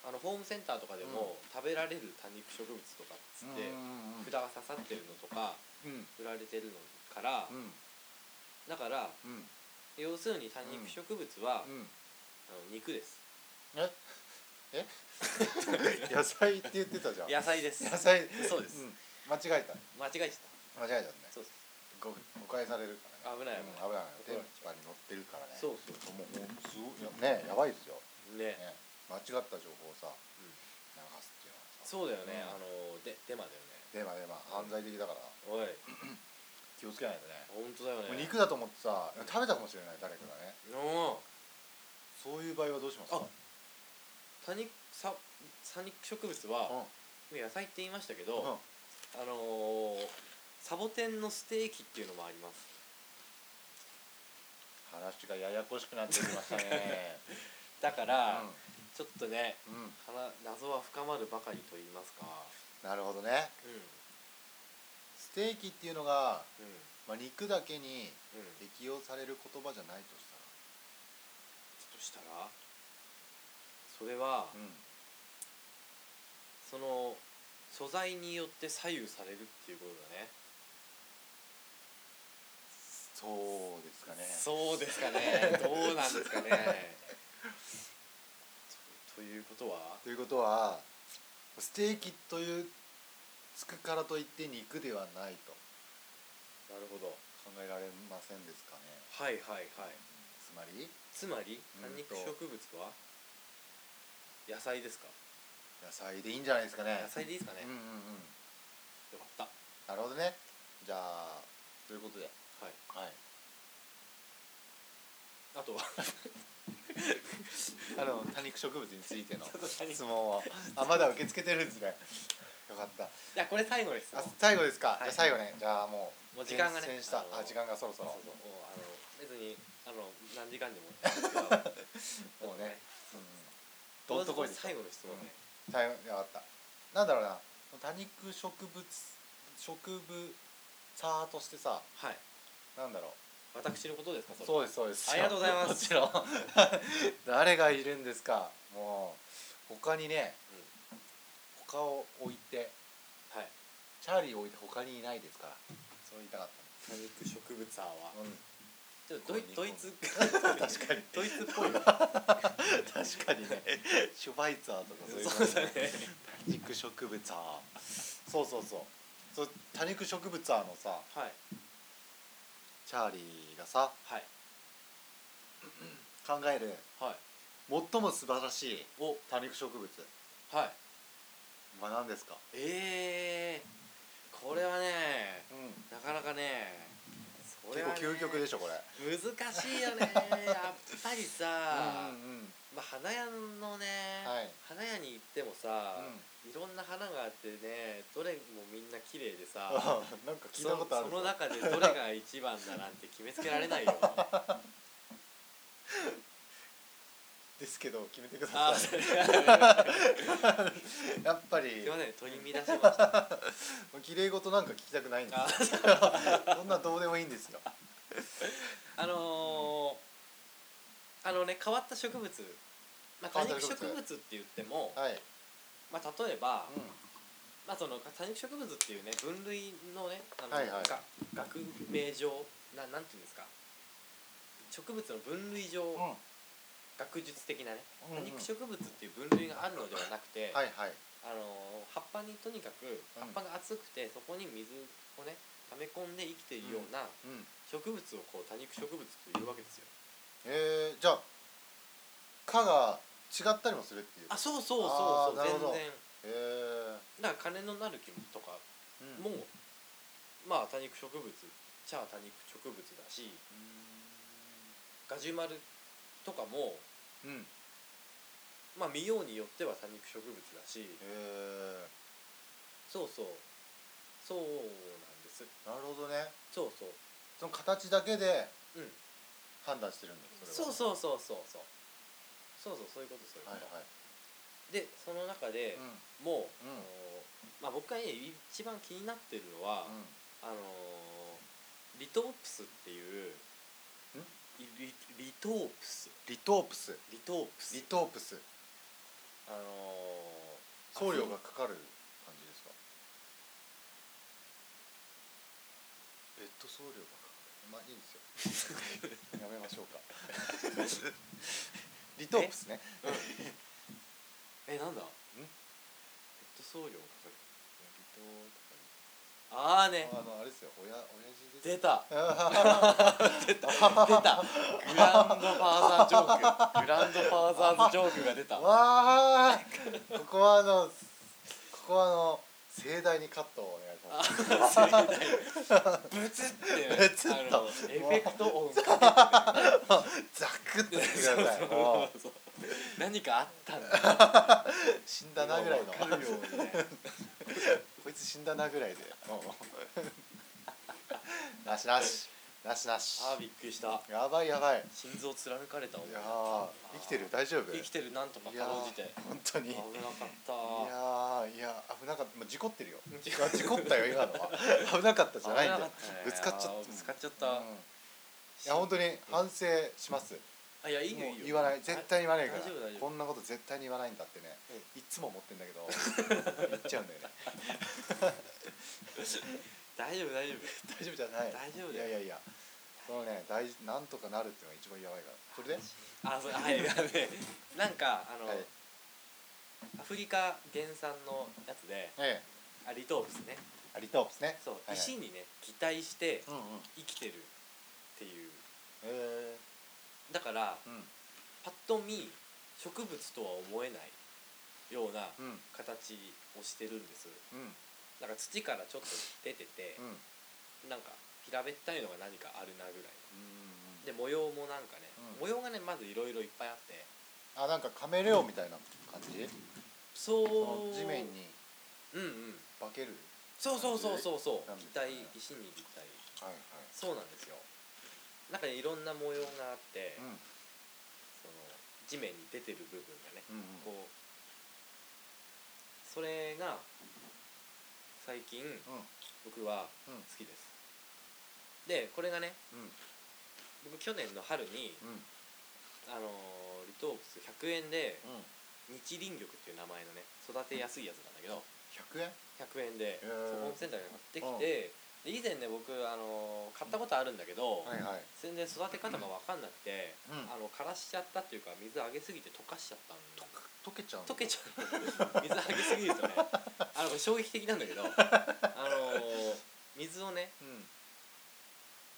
Speaker 2: あのホームセンターとかでも食べられる多肉植物とかっつって
Speaker 1: うん
Speaker 2: 札が刺さってるのとか
Speaker 1: うん
Speaker 2: 売られてるのから
Speaker 1: うん
Speaker 2: だから
Speaker 1: うん
Speaker 2: 要するに多肉植物はあの
Speaker 1: うん
Speaker 2: 肉です
Speaker 1: ええ <laughs> 野菜って言ってたじゃん
Speaker 2: 野菜です
Speaker 1: 野菜
Speaker 2: そうです
Speaker 1: ん間違えた
Speaker 2: 間違えちゃっ
Speaker 1: 間違えたね
Speaker 2: たそうです
Speaker 1: 誤誤解されるからね
Speaker 2: 危ない危
Speaker 1: うん危ない
Speaker 2: 怒ら
Speaker 1: 電
Speaker 2: れ
Speaker 1: 波に乗ってるからね
Speaker 2: そうそう
Speaker 1: もうもうすごいやねやばいですよ、
Speaker 2: ね
Speaker 1: ね、間違った情報をさ流すっていうのはさ
Speaker 2: そうだよね、
Speaker 1: うん
Speaker 2: あのでデマだよね
Speaker 1: デマデマ犯罪的だから
Speaker 2: おい
Speaker 1: 気をつけないとね
Speaker 2: 本当だよね
Speaker 1: もう肉だと思ってさ食べたかもしれない誰かがね
Speaker 2: の
Speaker 1: そういう場合はどうしますか
Speaker 2: あ多肉さ多肉植物は、今野菜って言いましたけど、
Speaker 1: うんうん
Speaker 2: あのーサボテンのステーキっていうのもあります
Speaker 1: 話がややこしくなってきましたね <laughs>
Speaker 2: だから、ちょっとね
Speaker 1: うん、うん、
Speaker 2: はな謎は深まるばかりと言いますか
Speaker 1: なるほどね
Speaker 2: うん
Speaker 1: ステーキっていうのが、
Speaker 2: うん
Speaker 1: まあ、肉だけに
Speaker 2: うん
Speaker 1: 適用される言葉じゃないとし
Speaker 2: としたらそれは、
Speaker 1: たら、うん、
Speaker 2: その素材によって左右されるっていうことだね
Speaker 1: そうですかね
Speaker 2: そうですかね。
Speaker 1: <laughs>
Speaker 2: どうなんですかね。とということは、
Speaker 1: ということはステーキというつくからといって肉ではないと
Speaker 2: なるほど。
Speaker 1: 考えられませんですかね
Speaker 2: はいはいはい。
Speaker 1: つまり
Speaker 2: つまり
Speaker 1: う
Speaker 2: 多
Speaker 1: ん
Speaker 2: 肉
Speaker 1: と
Speaker 2: 植物は野菜ですか。
Speaker 1: 野菜でいいんじゃないですかね
Speaker 2: 野菜でいいですかね。
Speaker 1: うんうん
Speaker 2: よ
Speaker 1: うん
Speaker 2: かった。
Speaker 1: なるほどねじゃあということで
Speaker 2: はい。
Speaker 1: はい
Speaker 2: あとは
Speaker 1: あの多肉植物につい <laughs> ての
Speaker 2: ちょっと <laughs> 多肉
Speaker 1: 質問をあまだ受け付けてるんですねよかった
Speaker 2: いやこれ最後です。
Speaker 1: あ
Speaker 2: も
Speaker 1: 最後です
Speaker 2: い
Speaker 1: か、じゃあ最後ねじゃあもう
Speaker 2: う時間がね。
Speaker 1: 厳選した
Speaker 2: の
Speaker 1: あ時間がそろ
Speaker 2: そ
Speaker 1: そ
Speaker 2: う
Speaker 1: ろ
Speaker 2: そうそう。もうあの別にあの何時間
Speaker 1: <laughs>
Speaker 2: でもいいんですけど。
Speaker 1: もうね、うん、ど
Speaker 2: ど
Speaker 1: ん
Speaker 2: ん
Speaker 1: と
Speaker 2: と
Speaker 1: こ
Speaker 2: こ
Speaker 1: い
Speaker 2: い
Speaker 1: です
Speaker 2: 最後の質問ね。
Speaker 1: タイム分かったなんだろうな多肉植物植物さとしてさ
Speaker 2: はい。
Speaker 1: なんだろ
Speaker 2: 私のことですか
Speaker 1: う
Speaker 2: れ
Speaker 1: そうですそうです
Speaker 2: ありがとうございます
Speaker 1: もちろん <laughs> 誰がいるんですかもう他にね、他を置いて
Speaker 2: はい。
Speaker 1: チャーリーを置いて他にいないですからそう言いたかっ
Speaker 2: 多肉植物派は
Speaker 1: た、うん、
Speaker 2: ちょっとドイ
Speaker 1: ここ
Speaker 2: ド
Speaker 1: に
Speaker 2: イツ
Speaker 1: <laughs> 確かに
Speaker 2: ドイツっぽいよ
Speaker 1: 確かに <laughs> ねシュバイツァーとかそうい
Speaker 2: <laughs>
Speaker 1: う
Speaker 2: そうだね
Speaker 1: 多肉植物さそうそうそうそう多肉植物さのさ
Speaker 2: はい
Speaker 1: チャーリーがさ
Speaker 2: はい
Speaker 1: 考える
Speaker 2: はい
Speaker 1: 最も素晴らしい
Speaker 2: お
Speaker 1: 多肉植物
Speaker 2: はい
Speaker 1: は何ですか
Speaker 2: えー、これはねなかなかねそれ
Speaker 1: 結
Speaker 2: はね
Speaker 1: 構究極でしょこれ
Speaker 2: 難しいよ
Speaker 1: <laughs>
Speaker 2: ねやっぱりさ、
Speaker 1: うん
Speaker 2: まあ、花屋のね、
Speaker 1: はい
Speaker 2: 花屋に行ってもさ、いろんな花があってねどれもみんな綺麗で
Speaker 1: <laughs>
Speaker 2: さ
Speaker 1: うんなんか聞いたことある
Speaker 2: そその中でどれが一番だなんて決めつけられない
Speaker 1: <laughs>
Speaker 2: よ
Speaker 1: ですけど決めてくだ
Speaker 2: あ
Speaker 1: さ
Speaker 2: すいま
Speaker 1: い <laughs> やっぱり
Speaker 2: せん取り乱しました
Speaker 1: 綺麗事なんか聞きたくないんです
Speaker 2: <laughs>
Speaker 1: よ
Speaker 2: あ
Speaker 1: そんなんどうでもいいんですよ
Speaker 2: あのーあのね変わった植物、まあ、多
Speaker 1: 変わ
Speaker 2: 肉
Speaker 1: った植
Speaker 2: 植
Speaker 1: 物
Speaker 2: 物って言っても、
Speaker 1: はい
Speaker 2: まあ、例えば、
Speaker 1: うん
Speaker 2: まあ、その多肉植物っていうね分類のねあの、
Speaker 1: はいはい
Speaker 2: が学名上ななんていうんですか植物の分類上、
Speaker 1: うん
Speaker 2: 学術的なね
Speaker 1: う
Speaker 2: 多
Speaker 1: んうん
Speaker 2: 肉植物っていう分類があるのではなくて、
Speaker 1: はいはい
Speaker 2: あのー葉っぱにとにかく葉っぱが厚くて、そこに水をね溜め込んで生きているような
Speaker 1: うん
Speaker 2: 植物をこう多肉植物というわけですよ。
Speaker 1: えー、じゃあ科が違ったりもするっていう
Speaker 2: あそうそう
Speaker 1: あ
Speaker 2: そう
Speaker 1: ー
Speaker 2: そ
Speaker 1: な
Speaker 2: う
Speaker 1: るほど
Speaker 2: 全然
Speaker 1: えー
Speaker 2: だから金のなる木とか
Speaker 1: うん
Speaker 2: も、まあ多肉植物じゃあ多肉植物だしガジュマルとかも
Speaker 1: うんうん
Speaker 2: まあ見ようによっては多肉植物だし
Speaker 1: えー、
Speaker 2: そうそうそうなんです
Speaker 1: なるほどね
Speaker 2: そうそう
Speaker 1: その形だけで
Speaker 2: うん
Speaker 1: 判断してるんだそれ
Speaker 2: そう
Speaker 1: は
Speaker 2: そうそうそうそうそうそうそういうことそういうこ
Speaker 1: はい
Speaker 2: と、
Speaker 1: はい
Speaker 2: でその中で
Speaker 1: うん
Speaker 2: もう、
Speaker 1: うん
Speaker 2: あのまあ、僕が、ね、一番気になってるのは、あのーリトープスっていうリリリトープス
Speaker 1: リトープス
Speaker 2: リトープス
Speaker 1: リトープス
Speaker 2: あのー
Speaker 1: 送料がかかる感じですかベッド送料がかかるまあいいです <laughs> よやめましょう <laughs> かリトープスね
Speaker 2: えなんだん
Speaker 1: ん
Speaker 2: ペット送料かかる
Speaker 1: リ
Speaker 2: ああ
Speaker 1: トー
Speaker 2: ね
Speaker 1: プスあのあれですよ親親父です
Speaker 2: 出
Speaker 1: <laughs>
Speaker 2: た出た出たグランドファーザージョークグランドファーザーズジョークが出た
Speaker 1: わあここはあのここはあの盛大にカットをお願いし
Speaker 2: あ
Speaker 1: ます
Speaker 2: ーそれねブツってね
Speaker 1: ブツッと
Speaker 2: あのエフェクト音か
Speaker 1: ザク
Speaker 2: け
Speaker 1: ッと
Speaker 2: て
Speaker 1: 言
Speaker 2: ね
Speaker 1: ってくださいもう
Speaker 2: <laughs> そうそうそう何かあったんだ
Speaker 1: 死んだなぐらいの
Speaker 2: わかるようにね
Speaker 1: こいつ死んだなぐらいでもうなしなしなしなし
Speaker 2: あーびっくりした
Speaker 1: やばいや <laughs> ばい
Speaker 2: 心臓貫かれた思い
Speaker 1: いやー生きてる大丈夫
Speaker 2: 生きてるなんとか
Speaker 1: い
Speaker 2: か
Speaker 1: やー
Speaker 2: ろうじて
Speaker 1: 本当に
Speaker 2: 危
Speaker 1: い
Speaker 2: な
Speaker 1: や
Speaker 2: かった
Speaker 1: ーいや危なかったもう事故ってるよ事故ったよ今のは危なかったじゃないんだ
Speaker 2: 危
Speaker 1: よ
Speaker 2: かたね
Speaker 1: ぶつかっちゃった
Speaker 2: あーぶつかっちゃっ
Speaker 1: う
Speaker 2: た、
Speaker 1: んいや本当に反省します
Speaker 2: あいやいいよ
Speaker 1: も
Speaker 2: いいうよ
Speaker 1: 言わない絶対に言わないから
Speaker 2: 大丈夫大丈夫
Speaker 1: こんなこと絶対に言わないんだってねいつも思ってんだけど言っちゃうんだよね
Speaker 2: 大丈夫
Speaker 1: <laughs>
Speaker 2: 大丈夫
Speaker 1: 大丈夫じゃない
Speaker 2: 大丈夫
Speaker 1: い
Speaker 2: だ
Speaker 1: や
Speaker 2: よ
Speaker 1: いやいやそのね大事なんとかなるっていうのが一番やばいからそれで
Speaker 2: あそうはいあのねなんかあの、
Speaker 1: はい
Speaker 2: アフリカ原産のやつで
Speaker 1: え
Speaker 2: あリトープスね
Speaker 1: えアリトープスね
Speaker 2: そう、
Speaker 1: はいはい
Speaker 2: 石にね擬態して
Speaker 1: うんうん
Speaker 2: 生きてるっていう
Speaker 1: え
Speaker 2: だから
Speaker 1: えうん
Speaker 2: パッと見植物とは思えないような
Speaker 1: うん
Speaker 2: 形をしてるんです
Speaker 1: うん
Speaker 2: なんか土からちょっと出てて
Speaker 1: うんうん
Speaker 2: なんか平べったいのが何かあるなぐらい
Speaker 1: うん
Speaker 2: で模様もなんかね、
Speaker 1: うん
Speaker 2: 模様がねまずいろいろいっぱいあって
Speaker 1: あなんかカメレオンみたいな感じ、
Speaker 2: そう
Speaker 1: その地面に
Speaker 2: うんうん
Speaker 1: 化ける
Speaker 2: そうそうそうそうそう
Speaker 1: なん
Speaker 2: 擬
Speaker 1: ですか
Speaker 2: 態
Speaker 1: ね
Speaker 2: 石に擬態
Speaker 1: はいはい
Speaker 2: そうなんですよなんかねいろんな模様があって、
Speaker 1: うん
Speaker 2: その地面に出てる部分がね
Speaker 1: うん
Speaker 2: こうそれが最近
Speaker 1: うんうん
Speaker 2: 僕は
Speaker 1: う
Speaker 2: 好
Speaker 1: ん
Speaker 2: きです、でこれがね
Speaker 1: うん
Speaker 2: 僕去年の春に、
Speaker 1: うん
Speaker 2: あのーリトープス100円で
Speaker 1: うん
Speaker 2: 日輪玉っていう名前のね育てやすいやつなんだけど
Speaker 1: 100円
Speaker 2: 100円で
Speaker 1: へ
Speaker 2: そう
Speaker 1: ー
Speaker 2: ホームセンターで買ってきてで以前ね僕、あのー買ったことあるんだけど、
Speaker 1: はいはい
Speaker 2: 全然育て方が分かんなくて、
Speaker 1: うん
Speaker 2: あの枯らしちゃったっていうか水あげすぎて溶かしちゃったんだ
Speaker 1: 溶けちゃうの
Speaker 2: 溶けちゃう水あげすぎると
Speaker 1: <laughs>
Speaker 2: ねあのこれ衝撃的なんだけどあのー水をね
Speaker 1: うん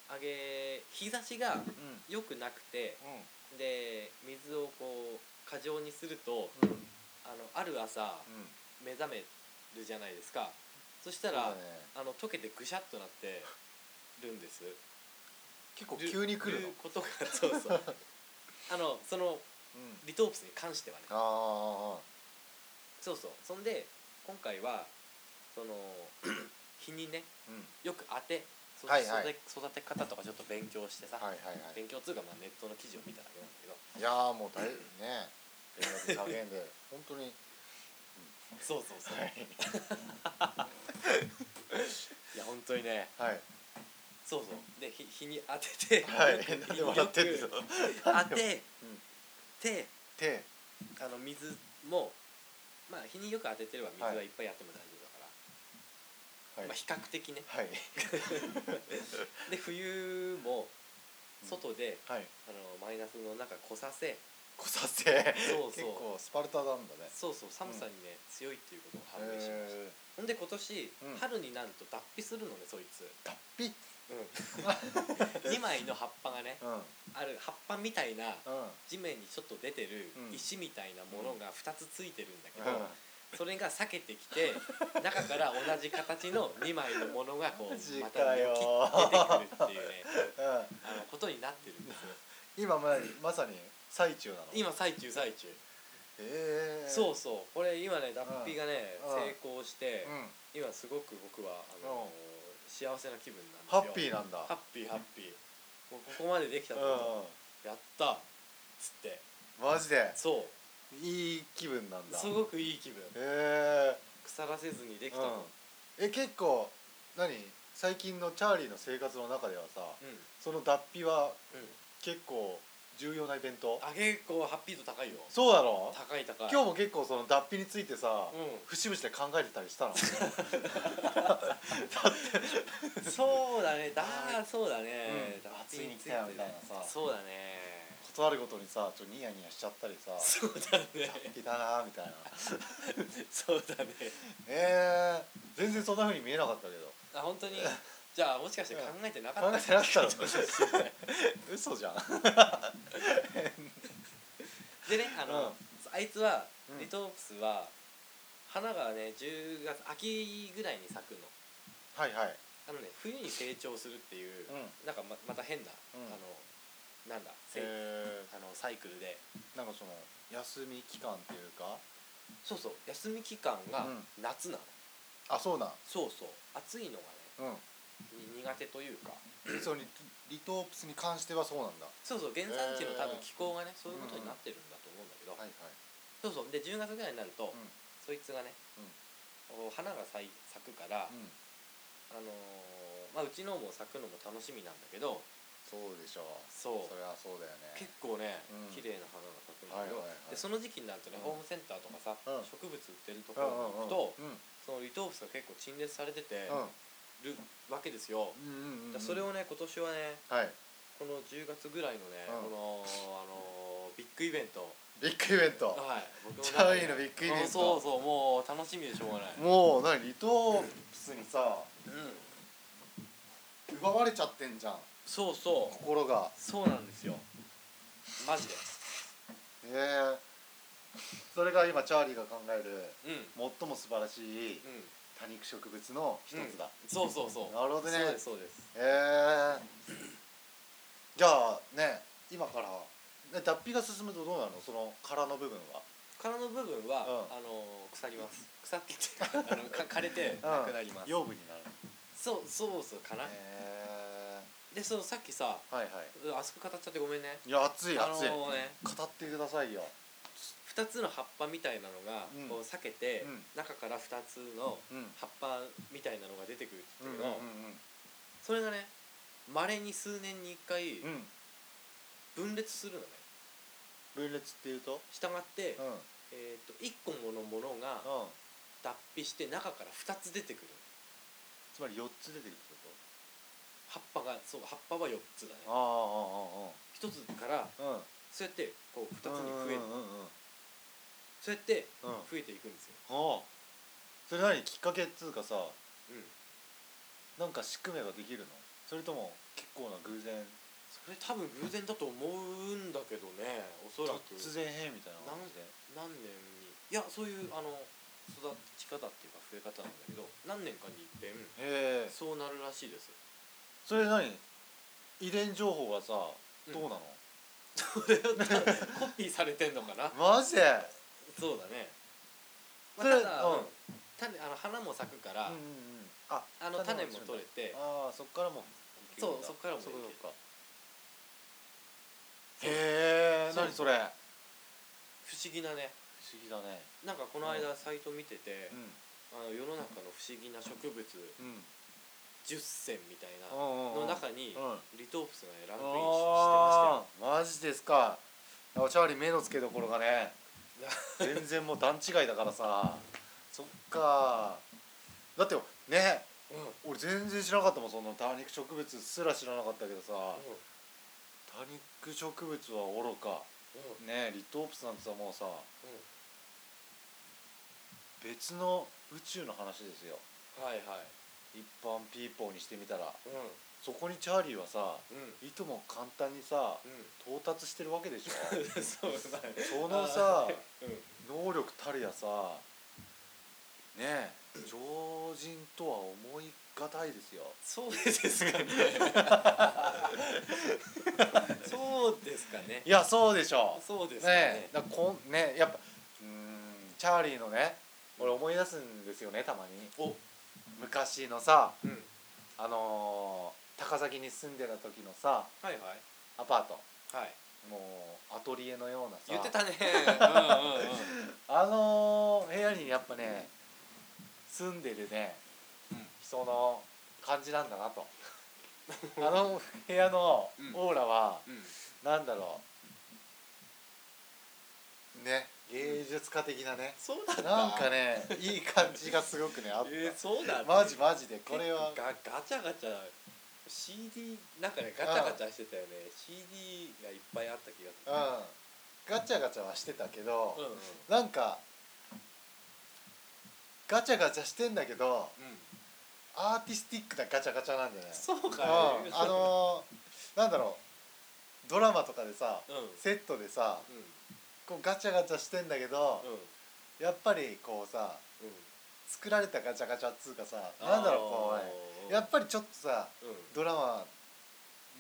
Speaker 2: あげ日差しが
Speaker 1: うん
Speaker 2: 良くなくて
Speaker 1: う
Speaker 2: で水をこう過剰にすると
Speaker 1: んうん
Speaker 2: あのある朝
Speaker 1: うん
Speaker 2: 目覚めるじゃないですかそした
Speaker 1: そう
Speaker 2: ら、
Speaker 1: だね
Speaker 2: あの溶けてぐしゃっとなってるんです
Speaker 1: 結構急に来るの
Speaker 2: いうことが <laughs> そうそうあのその
Speaker 1: うん
Speaker 2: リトープスに関してはね
Speaker 1: あーあーあ
Speaker 2: そうそうそんで今回はその <clears throat> 日にね
Speaker 1: ーうん
Speaker 2: よく当てそ
Speaker 1: はいはい
Speaker 2: 育て育て方とかちょっと勉強してさ、
Speaker 1: はいはいはい
Speaker 2: 勉強っていうかまあネットの記事を見ただけなんだけど
Speaker 1: いやーもう大ねえ加
Speaker 2: <laughs>
Speaker 1: 減で本当に
Speaker 2: そうそうそう、、
Speaker 1: はいい
Speaker 2: や本当にね
Speaker 1: はい
Speaker 2: そうそうで日日に当てて、
Speaker 1: はい
Speaker 2: よく
Speaker 1: なんで
Speaker 2: <laughs>
Speaker 1: 笑ってんの
Speaker 2: よく当て
Speaker 1: うん
Speaker 2: て
Speaker 1: 手
Speaker 2: あの水もまあ日によく当ててれば水はいっぱいやっても大丈夫だから、
Speaker 1: はい
Speaker 2: まあ比較的ね
Speaker 1: はい
Speaker 2: で冬も外で、
Speaker 1: はい
Speaker 2: あのマイナスの中来させ
Speaker 1: こさせ
Speaker 2: そうそう
Speaker 1: 結構スパルタなんだね
Speaker 2: そうそう寒さにね、強いっていうことを判明しました
Speaker 1: へ
Speaker 2: ほんで今年、
Speaker 1: うん
Speaker 2: 春になると脱皮するのねそいつ、
Speaker 1: ー脱皮
Speaker 2: <laughs> 2枚の葉っぱがね
Speaker 1: うんうん
Speaker 2: ある葉っぱみたいな地面にちょっと出てる
Speaker 1: うん
Speaker 2: 石みたいなものが2つついてるんだけど、
Speaker 1: う
Speaker 2: それが裂けてきて中から同じ形の2枚のものがこ
Speaker 1: <laughs> マ
Speaker 2: う
Speaker 1: ジ
Speaker 2: また
Speaker 1: かよ
Speaker 2: 出てくるっていうね
Speaker 1: んうん
Speaker 2: あのことになってるんですよ
Speaker 1: 今ままさに最中なの
Speaker 2: 今最中最中、
Speaker 1: ええ
Speaker 2: そうそうこれ今ね脱皮がね、
Speaker 1: うん
Speaker 2: 成功して、
Speaker 1: うん
Speaker 2: 今すごく僕はあの、
Speaker 1: うん
Speaker 2: 幸せな気分なんです
Speaker 1: ハ
Speaker 2: よ
Speaker 1: ッピーなんだ
Speaker 2: ハッピーハッピーもうここまでできたと
Speaker 1: う
Speaker 2: やったっつって
Speaker 1: んマジで
Speaker 2: そう
Speaker 1: いい気分なんだ
Speaker 2: すごくいい気分
Speaker 1: え
Speaker 2: 腐らせずにで
Speaker 1: え
Speaker 2: きたと、うん
Speaker 1: え結構何最近のチャーリーの生活の中ではさその脱皮は
Speaker 2: うん
Speaker 1: 結構重要なイベント
Speaker 2: あ結構ハッピーと高いよ
Speaker 1: そうなの
Speaker 2: 高い高い
Speaker 1: 今日も結構その脱皮についてさ、
Speaker 2: うん
Speaker 1: 節々で考えてたりした
Speaker 2: <laughs>
Speaker 1: の
Speaker 2: そうだねだそうだね
Speaker 1: う
Speaker 2: 脱
Speaker 1: ん
Speaker 2: 皮つ
Speaker 1: ついに来たよみたいなさ
Speaker 2: そうだね
Speaker 1: 断るごとにさちょっとニヤニヤしちゃったりさ
Speaker 2: そうだね
Speaker 1: 脱皮だなみたいな
Speaker 2: <laughs> そうだね
Speaker 1: えー、全然そんなふうに見えなかったけど
Speaker 2: あ本当にじゃあもしかして考えてなか
Speaker 1: 考
Speaker 2: った
Speaker 1: えてなかったの <laughs> 嘘じゃん
Speaker 2: でねあの、
Speaker 1: うん
Speaker 2: あいつは
Speaker 1: うん
Speaker 2: リトープスは花がね10月秋ぐらいに咲くの
Speaker 1: はいはい
Speaker 2: あのね冬に成長するっていう、
Speaker 1: うん
Speaker 2: なんかままた変な、
Speaker 1: うん
Speaker 2: あのなんだ、せい
Speaker 1: え
Speaker 2: あのサイクルで
Speaker 1: ー、なんかその休み期間っていうか
Speaker 2: そうそう休み期間が
Speaker 1: うん
Speaker 2: 夏なの、
Speaker 1: あそうなん
Speaker 2: そうそう暑いのがね
Speaker 1: うん
Speaker 2: に苦手というか
Speaker 1: そのリリトープスに関してはそうなんだ
Speaker 2: そうそう原産地の多分
Speaker 1: へー
Speaker 2: 気候がねそういうことになってるんだと思うんだけど、
Speaker 1: はいはい
Speaker 2: そうそうで10月ぐらいになると、
Speaker 1: ん
Speaker 2: そいつがね、こう花が咲い咲くから、
Speaker 1: うん
Speaker 2: あのーまあ、うちのも咲くのも楽しみなんだけど
Speaker 1: そうでしょう
Speaker 2: そう
Speaker 1: それはそうだよね
Speaker 2: 結構ね、
Speaker 1: うん
Speaker 2: 綺麗な花が咲くんだ
Speaker 1: はい
Speaker 2: け
Speaker 1: はい
Speaker 2: ど、
Speaker 1: は
Speaker 2: で
Speaker 1: い
Speaker 2: その時期になるとね、
Speaker 1: う
Speaker 2: ホーム
Speaker 1: ん
Speaker 2: センターとかさ、
Speaker 1: うん
Speaker 2: 植物売ってるところに
Speaker 1: うん
Speaker 2: 行くと、そ
Speaker 1: うん
Speaker 2: のリトープスが結構陳列されててる
Speaker 1: うん
Speaker 2: わけですよ、
Speaker 1: うんうんうんうん
Speaker 2: だからそれをね今年はね
Speaker 1: はい
Speaker 2: この10月ぐらいのね、
Speaker 1: うん
Speaker 2: この、あのービッグイベント
Speaker 1: ビッグイベント
Speaker 2: はい僕も
Speaker 1: チャイのビッグイベント
Speaker 2: そうそうそうもう楽しみでしょうがない、
Speaker 1: もう何リトープスにさ
Speaker 2: うん、
Speaker 1: 奪われちゃってんじゃん
Speaker 2: そうそう
Speaker 1: 心が
Speaker 2: そうなんですよマジで
Speaker 1: へえそれが今チャーリーが考える
Speaker 2: うん
Speaker 1: 最も素晴らし
Speaker 2: う
Speaker 1: い
Speaker 2: ん
Speaker 1: 多肉植物の一つだ、
Speaker 2: うんそうそうそう
Speaker 1: なるほどね
Speaker 2: そうですそうです
Speaker 1: へえじゃあね今から、ね、脱皮が進むとどうなるのその殻の部分は
Speaker 2: 殻の部分は、
Speaker 1: うん
Speaker 2: あの腐ります腐ってき
Speaker 1: <laughs>
Speaker 2: てあのか枯れて
Speaker 1: うん
Speaker 2: なくなります、
Speaker 1: 養分になる
Speaker 2: そうそうそうかな、
Speaker 1: へえ
Speaker 2: でそのさっきさ
Speaker 1: はいは
Speaker 2: うん熱く語っちゃってごめんね
Speaker 1: いいや熱い
Speaker 2: あの
Speaker 1: 熱い、
Speaker 2: ね
Speaker 1: 語ってくださいよ
Speaker 2: 2つの葉っぱみたいなのが、
Speaker 1: うん
Speaker 2: こう裂けて、
Speaker 1: うん
Speaker 2: 中から2つの
Speaker 1: うん
Speaker 2: 葉っぱみたいなのが出てくるって
Speaker 1: うん
Speaker 2: いううんけど、それがねまれに数年に1回
Speaker 1: うんうん
Speaker 2: 分裂するのね
Speaker 1: 分裂っていうと
Speaker 2: したがって、
Speaker 1: うんうん
Speaker 2: えー、と1個ものものが脱皮して中から2つ出てくる
Speaker 1: つまり4つ出てくるってこ
Speaker 2: 葉っぱがそう葉っぱは4つだね
Speaker 1: とああ
Speaker 2: 1つから
Speaker 1: ああああうん
Speaker 2: そうやってこう2つに増える
Speaker 1: うんうんうんうん
Speaker 2: そうやって
Speaker 1: うん
Speaker 2: 増えていくんですよ、
Speaker 1: ああそれ何きっかけっつうかさ
Speaker 2: うん、
Speaker 1: なんか仕組めができるのそれとも結構な偶然
Speaker 2: それ多分偶然だと思うんだけどねおそらく
Speaker 1: 突然変みたいな感じで
Speaker 2: 何年にいやそういうあの育ち方っていうか増え方なんだけど何年かに一遍
Speaker 1: へえ
Speaker 2: そうなるらしいです
Speaker 1: それ何遺伝情報がさどうなの、
Speaker 2: それをた <laughs> コピーされてんのかな
Speaker 1: マジで
Speaker 2: そうだね、ま
Speaker 1: そ
Speaker 2: あ、
Speaker 1: れ
Speaker 2: ただ、
Speaker 1: うん
Speaker 2: うん種あの花も咲くか
Speaker 1: う
Speaker 2: ら、
Speaker 1: んうんうんあ
Speaker 2: あの種も取れて
Speaker 1: ああそっからもいけるん
Speaker 2: そ
Speaker 1: だ
Speaker 2: うそっからもいけ
Speaker 1: そ
Speaker 2: る
Speaker 1: っかそっかへえ
Speaker 2: そう
Speaker 1: 何それ不
Speaker 2: 不思議なね
Speaker 1: 思議だね
Speaker 2: なんかこの間サイト見てて、
Speaker 1: うん
Speaker 2: あの世の中の不思議な植物
Speaker 1: うん
Speaker 2: 10選みたいな
Speaker 1: うんうん
Speaker 2: の中に
Speaker 1: うん
Speaker 2: リトープスがねランクインし
Speaker 1: ああマジですかあチャーリー目の付けどころがね
Speaker 2: いや
Speaker 1: 全然もう段違いだからさそっかだってね
Speaker 2: してましたよ、うん
Speaker 1: 俺全然知らなかったもんその多肉植物すら知らなかったけどさ
Speaker 2: う
Speaker 1: 多肉植物は愚か
Speaker 2: ん
Speaker 1: ねリトープスなんてさもうさ
Speaker 2: うん
Speaker 1: 別の宇宙の話ですよ
Speaker 2: はいはい
Speaker 1: 一般ピーポーにしてみたら
Speaker 2: うん
Speaker 1: そこにチャーリーはさ
Speaker 2: うん
Speaker 1: いとも簡単にさ
Speaker 2: う
Speaker 1: 到達してるわけでしょ
Speaker 2: んそうだね
Speaker 1: その
Speaker 2: <laughs>
Speaker 1: さ
Speaker 2: うん
Speaker 1: 能力たるやさねえ常人とは思いがたいですよ
Speaker 2: そうですかねそうですかね
Speaker 1: いやそうでしょ
Speaker 2: そうですかね
Speaker 1: ねえだからこんねえやっぱうーんチャーリーのね俺思い出すんですよねたまに
Speaker 2: お
Speaker 1: 昔のさ
Speaker 2: うん
Speaker 1: あのー高崎に住んでた時のさ
Speaker 2: はいはい
Speaker 1: アパート
Speaker 2: はい
Speaker 1: もうアトリエのようなさ
Speaker 2: 言って
Speaker 1: <laughs>
Speaker 2: たねうんうんうん
Speaker 1: あのー部屋にやっぱね住んでるね
Speaker 2: うん
Speaker 1: 人の感じなん
Speaker 2: <laughs>
Speaker 1: だなとあの部屋のオーラは
Speaker 2: うん
Speaker 1: なんだろう芸術家的なね
Speaker 2: そうだった
Speaker 1: なんかねいい感じがすごくねあっ
Speaker 2: えー、そうだ
Speaker 1: たマジマジでこれは
Speaker 2: ガガチャガチャ CD なんかねガチャガチャしてたよね CD がいっぱいあった気がす
Speaker 1: うん
Speaker 2: る
Speaker 1: ガチャガチャはしてたけど、
Speaker 2: うんうん
Speaker 1: なんかガチャガチャしてんだけどアーティスティックなガチャガチャなんじゃない
Speaker 2: そうか
Speaker 1: う
Speaker 2: ね
Speaker 1: んあのーなんだろうドラマとかでさ
Speaker 2: うんうん
Speaker 1: セットでさこうガチャガチャしてんだけど、
Speaker 2: うん
Speaker 1: やっぱりこうさ
Speaker 2: うん
Speaker 1: 作られたガチャガチャっつうかさなんだろうこうねやっぱりちょっとさ
Speaker 2: うんうん
Speaker 1: ドラマ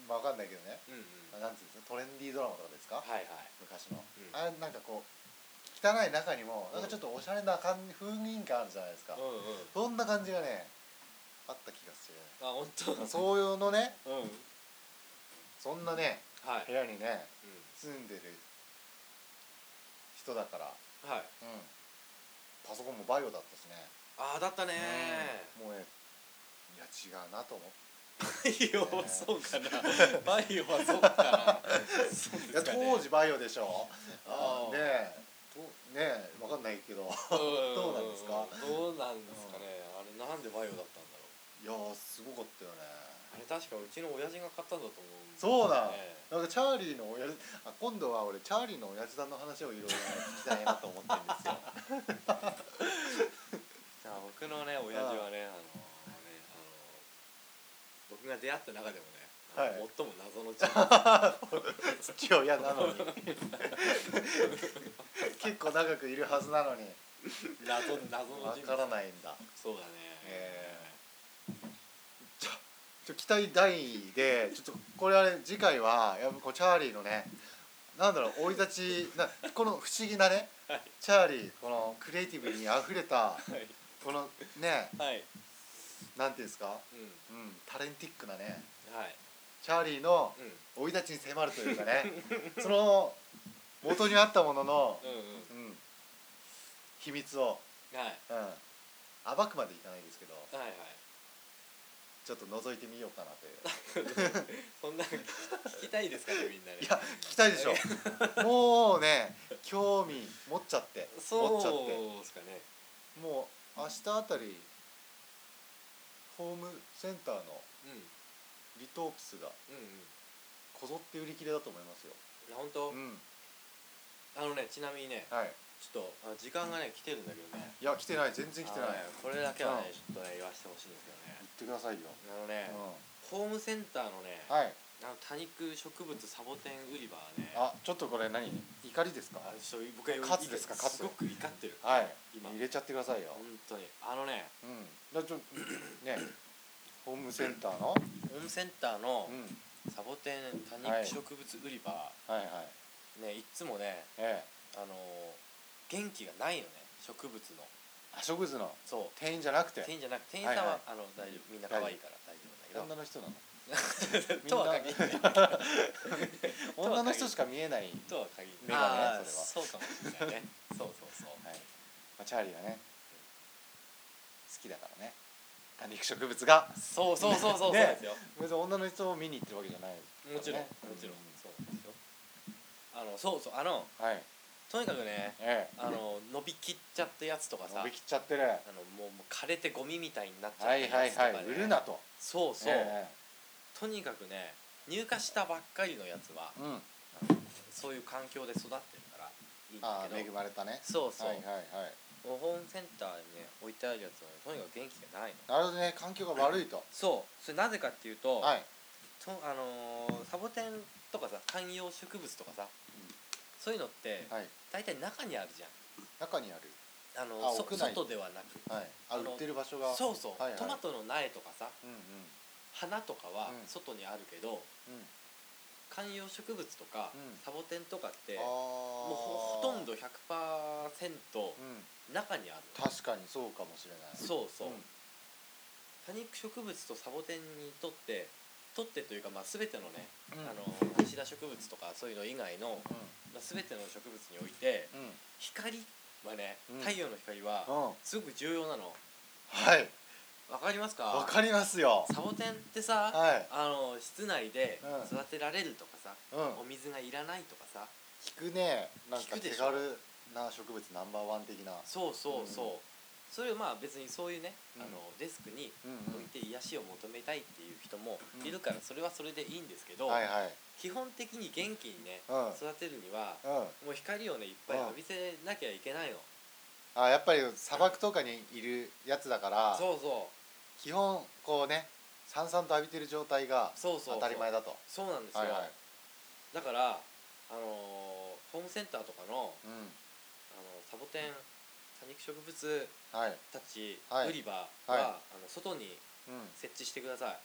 Speaker 1: まあわかんないけどね
Speaker 2: うん
Speaker 1: なんていうんですかトレンディードラマとかですか
Speaker 2: はいはい
Speaker 1: 昔の、
Speaker 2: うん
Speaker 1: あれなんかこう汚い中にもなんかちょっとおしゃれな感じ雰囲気があるじゃないですか、
Speaker 2: うんうん
Speaker 1: そんな感じがねあった気がする
Speaker 2: あ本当
Speaker 1: なんかそういうのね
Speaker 2: うんはい
Speaker 1: そんなね部屋にね
Speaker 2: う
Speaker 1: 住んでる人だから、
Speaker 2: んはい
Speaker 1: うん、パソコンもバイオだったしね、
Speaker 2: ああだったね
Speaker 1: うんもうねいや違うなと思っ
Speaker 2: バイオそうかなバイオはそうかなそう
Speaker 1: て、
Speaker 2: で
Speaker 1: いや
Speaker 2: すかね
Speaker 1: 当時バイオでしょ
Speaker 2: <laughs> あー
Speaker 1: ねえとねえ分かんないけどいどうなんですか
Speaker 2: どうなんですかねあれなんでバイオだったんだろう
Speaker 1: やーすごかったよね
Speaker 2: あれ確かうちの親父が買ったんだと思うんですよね
Speaker 1: そうだ、なんかチャーリーの親父あ今度は俺チャーリーの親父さんの話をいろいろね聞きたいなと思ってるんです
Speaker 2: <laughs>
Speaker 1: よ
Speaker 2: じゃあ僕のね親父はねあのねあの僕が出会った中でもねあの
Speaker 1: はい
Speaker 2: 最も謎の人物
Speaker 1: 父親なのに結構長くいるはずなのに
Speaker 2: 謎謎の
Speaker 1: わ
Speaker 2: 人物
Speaker 1: からないんだ
Speaker 2: そうだね
Speaker 1: えちょ期待大でちょっとこれあれ次回はやっぱこうチャーリーのねなんだろう生い立ちなこの不思議なね、
Speaker 2: はい
Speaker 1: チャーリーこのクリエイティブにあふれた
Speaker 2: はい
Speaker 1: このね
Speaker 2: はい
Speaker 1: なんていうんですか、
Speaker 2: う
Speaker 1: うん、タレンティックなね
Speaker 2: んはい
Speaker 1: チャーリーの
Speaker 2: うん
Speaker 1: 生い立ちに迫るという
Speaker 2: <laughs>
Speaker 1: かねその元にあったものの、
Speaker 2: うんうん
Speaker 1: うん、秘密を、
Speaker 2: はい
Speaker 1: うん、暴くまでいかないですけど
Speaker 2: はいはい
Speaker 1: ちょっと覗いてみようかなという
Speaker 2: そんな聞き聞きたいですかねみん <laughs> なね
Speaker 1: いや聞きたいでしょ
Speaker 2: <laughs>
Speaker 1: もうね興味持っちゃって持っちゃって
Speaker 2: そうですかね
Speaker 1: もう明日あたりホームセンターの
Speaker 2: うん
Speaker 1: リトープスが
Speaker 2: うん
Speaker 1: こぞって売り切れだと思いますよ
Speaker 2: うん本当
Speaker 1: うん
Speaker 2: あのねちなみにね
Speaker 1: はい
Speaker 2: ちょっとあ時間がね来てるんだけどね
Speaker 1: いや来てない全然来てない
Speaker 2: あのねこれだけはね
Speaker 1: うん
Speaker 2: ちょっとね言わせてほしいんですけどね
Speaker 1: 言ってくださいよ、
Speaker 2: あのね、
Speaker 1: う
Speaker 2: ホームセンターのね、
Speaker 1: ん、はい
Speaker 2: あの多肉植物サボテン売り場はね、
Speaker 1: あちょっとこれ何怒りですか
Speaker 2: あちょ僕は
Speaker 1: カツですかカツ
Speaker 2: すごく怒ってる。
Speaker 1: はい
Speaker 2: 今
Speaker 1: 入れちゃってくださいよ
Speaker 2: 本当にあのね、
Speaker 1: うんだちょねホームセンターの
Speaker 2: ホームセンターの
Speaker 1: うん
Speaker 2: サボテン多肉植物売り場、
Speaker 1: はいはい
Speaker 2: ねいつもね
Speaker 1: ええ
Speaker 2: あのー元気がないよね植物の。
Speaker 1: あ植物の
Speaker 2: そう。
Speaker 1: 店員じゃなくて
Speaker 2: 店員じゃなく店員さんは、
Speaker 1: はい
Speaker 2: あの大丈夫みんな可愛いから大丈夫
Speaker 1: 女
Speaker 2: だ
Speaker 1: の人なの
Speaker 2: けど。
Speaker 1: みんな
Speaker 2: <laughs> とは限らない。とは限らない
Speaker 1: 女の人しか見えない、
Speaker 2: とは限
Speaker 1: メ
Speaker 2: ら
Speaker 1: ガネ
Speaker 2: ない。あー
Speaker 1: それは
Speaker 2: そうかもしれないね。そうそうそう。
Speaker 1: はいまあ、チャーリーはね好きだからね多肉植物が
Speaker 2: そうそうそうそうそうで
Speaker 1: ね
Speaker 2: すよ。
Speaker 1: 別に女の人を見に行ってるわけじゃない、
Speaker 2: もちろん、
Speaker 1: ね
Speaker 2: もちろん、そうなんですよ。あの、そうそう、あの、
Speaker 1: はい
Speaker 2: とにかくね、
Speaker 1: ええ
Speaker 2: あの、伸びきっちゃったやつとかさ。あ
Speaker 1: 伸
Speaker 2: の
Speaker 1: びきっちゃってるは、
Speaker 2: もう、もう枯れてゴミみたいになっちゃった
Speaker 1: い
Speaker 2: や
Speaker 1: はい
Speaker 2: つとか、
Speaker 1: は
Speaker 2: ね。
Speaker 1: い売るな。と
Speaker 2: そうそう、
Speaker 1: え
Speaker 2: とにかくね、入荷したばっかりのやつは
Speaker 1: え、うん
Speaker 2: そういう環境で育ってるから。いいん
Speaker 1: あ
Speaker 2: だ
Speaker 1: あ
Speaker 2: け
Speaker 1: 恵
Speaker 2: ど。
Speaker 1: まれたね
Speaker 2: そうそう、
Speaker 1: はいはいはい
Speaker 2: もうホームセンターにね、置いてあるやつはね、とにかく元気がないの。
Speaker 1: なるほどね環境が悪いと
Speaker 2: そう、それなぜかっていうと、
Speaker 1: はい
Speaker 2: とあのーサボテンとかさ観葉植物とかさ、
Speaker 1: ん
Speaker 2: そういうのって
Speaker 1: はい
Speaker 2: 大体中にあるじゃ
Speaker 1: 中にある
Speaker 2: んあの
Speaker 1: あ
Speaker 2: そ
Speaker 1: 屋内
Speaker 2: 外ではなく
Speaker 1: はいあ
Speaker 2: あの
Speaker 1: 売ってる場所が
Speaker 2: そうそう、
Speaker 1: はいはい
Speaker 2: トマトの苗とかさ
Speaker 1: うんうん
Speaker 2: 花とかは
Speaker 1: うん
Speaker 2: 外にあるけど、
Speaker 1: うん
Speaker 2: 観葉植物とか、
Speaker 1: うん
Speaker 2: サボテンとかって
Speaker 1: あ
Speaker 2: もうほ
Speaker 1: あ
Speaker 2: ほとんど100%
Speaker 1: うん
Speaker 2: 中にある、
Speaker 1: 確かにそうかもしれない
Speaker 2: そうそう、
Speaker 1: ん
Speaker 2: 多肉植物とサボテンにとってとってというか、まあ、全てのね、
Speaker 1: うん
Speaker 2: あのシダ植物とかそういうの以外の、
Speaker 1: う
Speaker 2: まあ、全ての植物において
Speaker 1: ん
Speaker 2: 光はね
Speaker 1: うん
Speaker 2: 太陽の光は
Speaker 1: うんうん
Speaker 2: すごく重要なの
Speaker 1: はい
Speaker 2: わかりますか
Speaker 1: わかりますよ
Speaker 2: サボテンってさ、
Speaker 1: はい
Speaker 2: あの室内で
Speaker 1: う
Speaker 2: 育てられるとかさ、お
Speaker 1: うん
Speaker 2: 水がいらないとかさ
Speaker 1: 聞くねなんか
Speaker 2: 聞く
Speaker 1: 手
Speaker 2: でしょ
Speaker 1: 軽な植物ナンバーワン的な、
Speaker 2: そうそうそう、
Speaker 1: うん
Speaker 2: それをまあ別にそういうね、
Speaker 1: うん
Speaker 2: あのデスクに
Speaker 1: うん
Speaker 2: 置いて癒しを求めたいっていう人も
Speaker 1: うん
Speaker 2: いるからそれはそれでいいんですけど、
Speaker 1: はいはい
Speaker 2: 基本的に元気にね、
Speaker 1: うん
Speaker 2: 育てるには
Speaker 1: うん
Speaker 2: もう光をねいっぱい浴びせなきゃいけないの、
Speaker 1: あやっぱり砂漠とかにいるやつだから
Speaker 2: そうそう
Speaker 1: 基本こうねさんさんと浴びてる状態が
Speaker 2: そうそうそう
Speaker 1: 当たり前だと
Speaker 2: そうなんですよ、
Speaker 1: はいはい
Speaker 2: だから、あのーホームセンターとかの、
Speaker 1: う
Speaker 2: あのサボテン多肉植物
Speaker 1: んはい、
Speaker 2: たち
Speaker 1: はい
Speaker 2: 売り場は、
Speaker 1: はい
Speaker 2: あの外に
Speaker 1: うん、
Speaker 2: 設置してください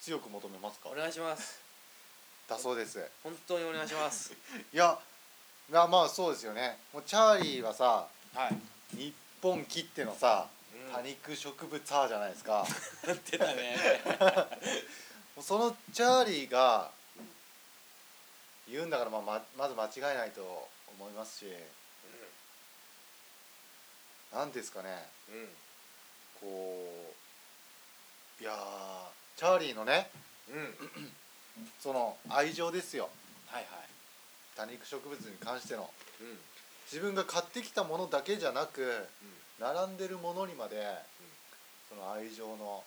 Speaker 1: 強く求めますか
Speaker 2: お願いします
Speaker 1: だそうです
Speaker 2: 本当にお願いします
Speaker 1: <laughs> いやまあまあそうですよねもうチャーリーはさ
Speaker 2: はい、うん、
Speaker 1: 日本切ってのさ多
Speaker 2: <laughs> に
Speaker 1: 肉植物派じゃないですか
Speaker 2: なってた
Speaker 1: <laughs>
Speaker 2: ね
Speaker 1: もうそのチャーリーが言うんだからまあままず間違いないと思いますし何ですかね
Speaker 2: うん、うん
Speaker 1: こういやーチャーリーのね
Speaker 2: うん、はい
Speaker 1: その愛情ですよ
Speaker 2: はい。
Speaker 1: 多肉植物に関しての
Speaker 2: うん、うん、
Speaker 1: 自分が買ってきたものだけじゃなく並んでるものにまで、その愛情の、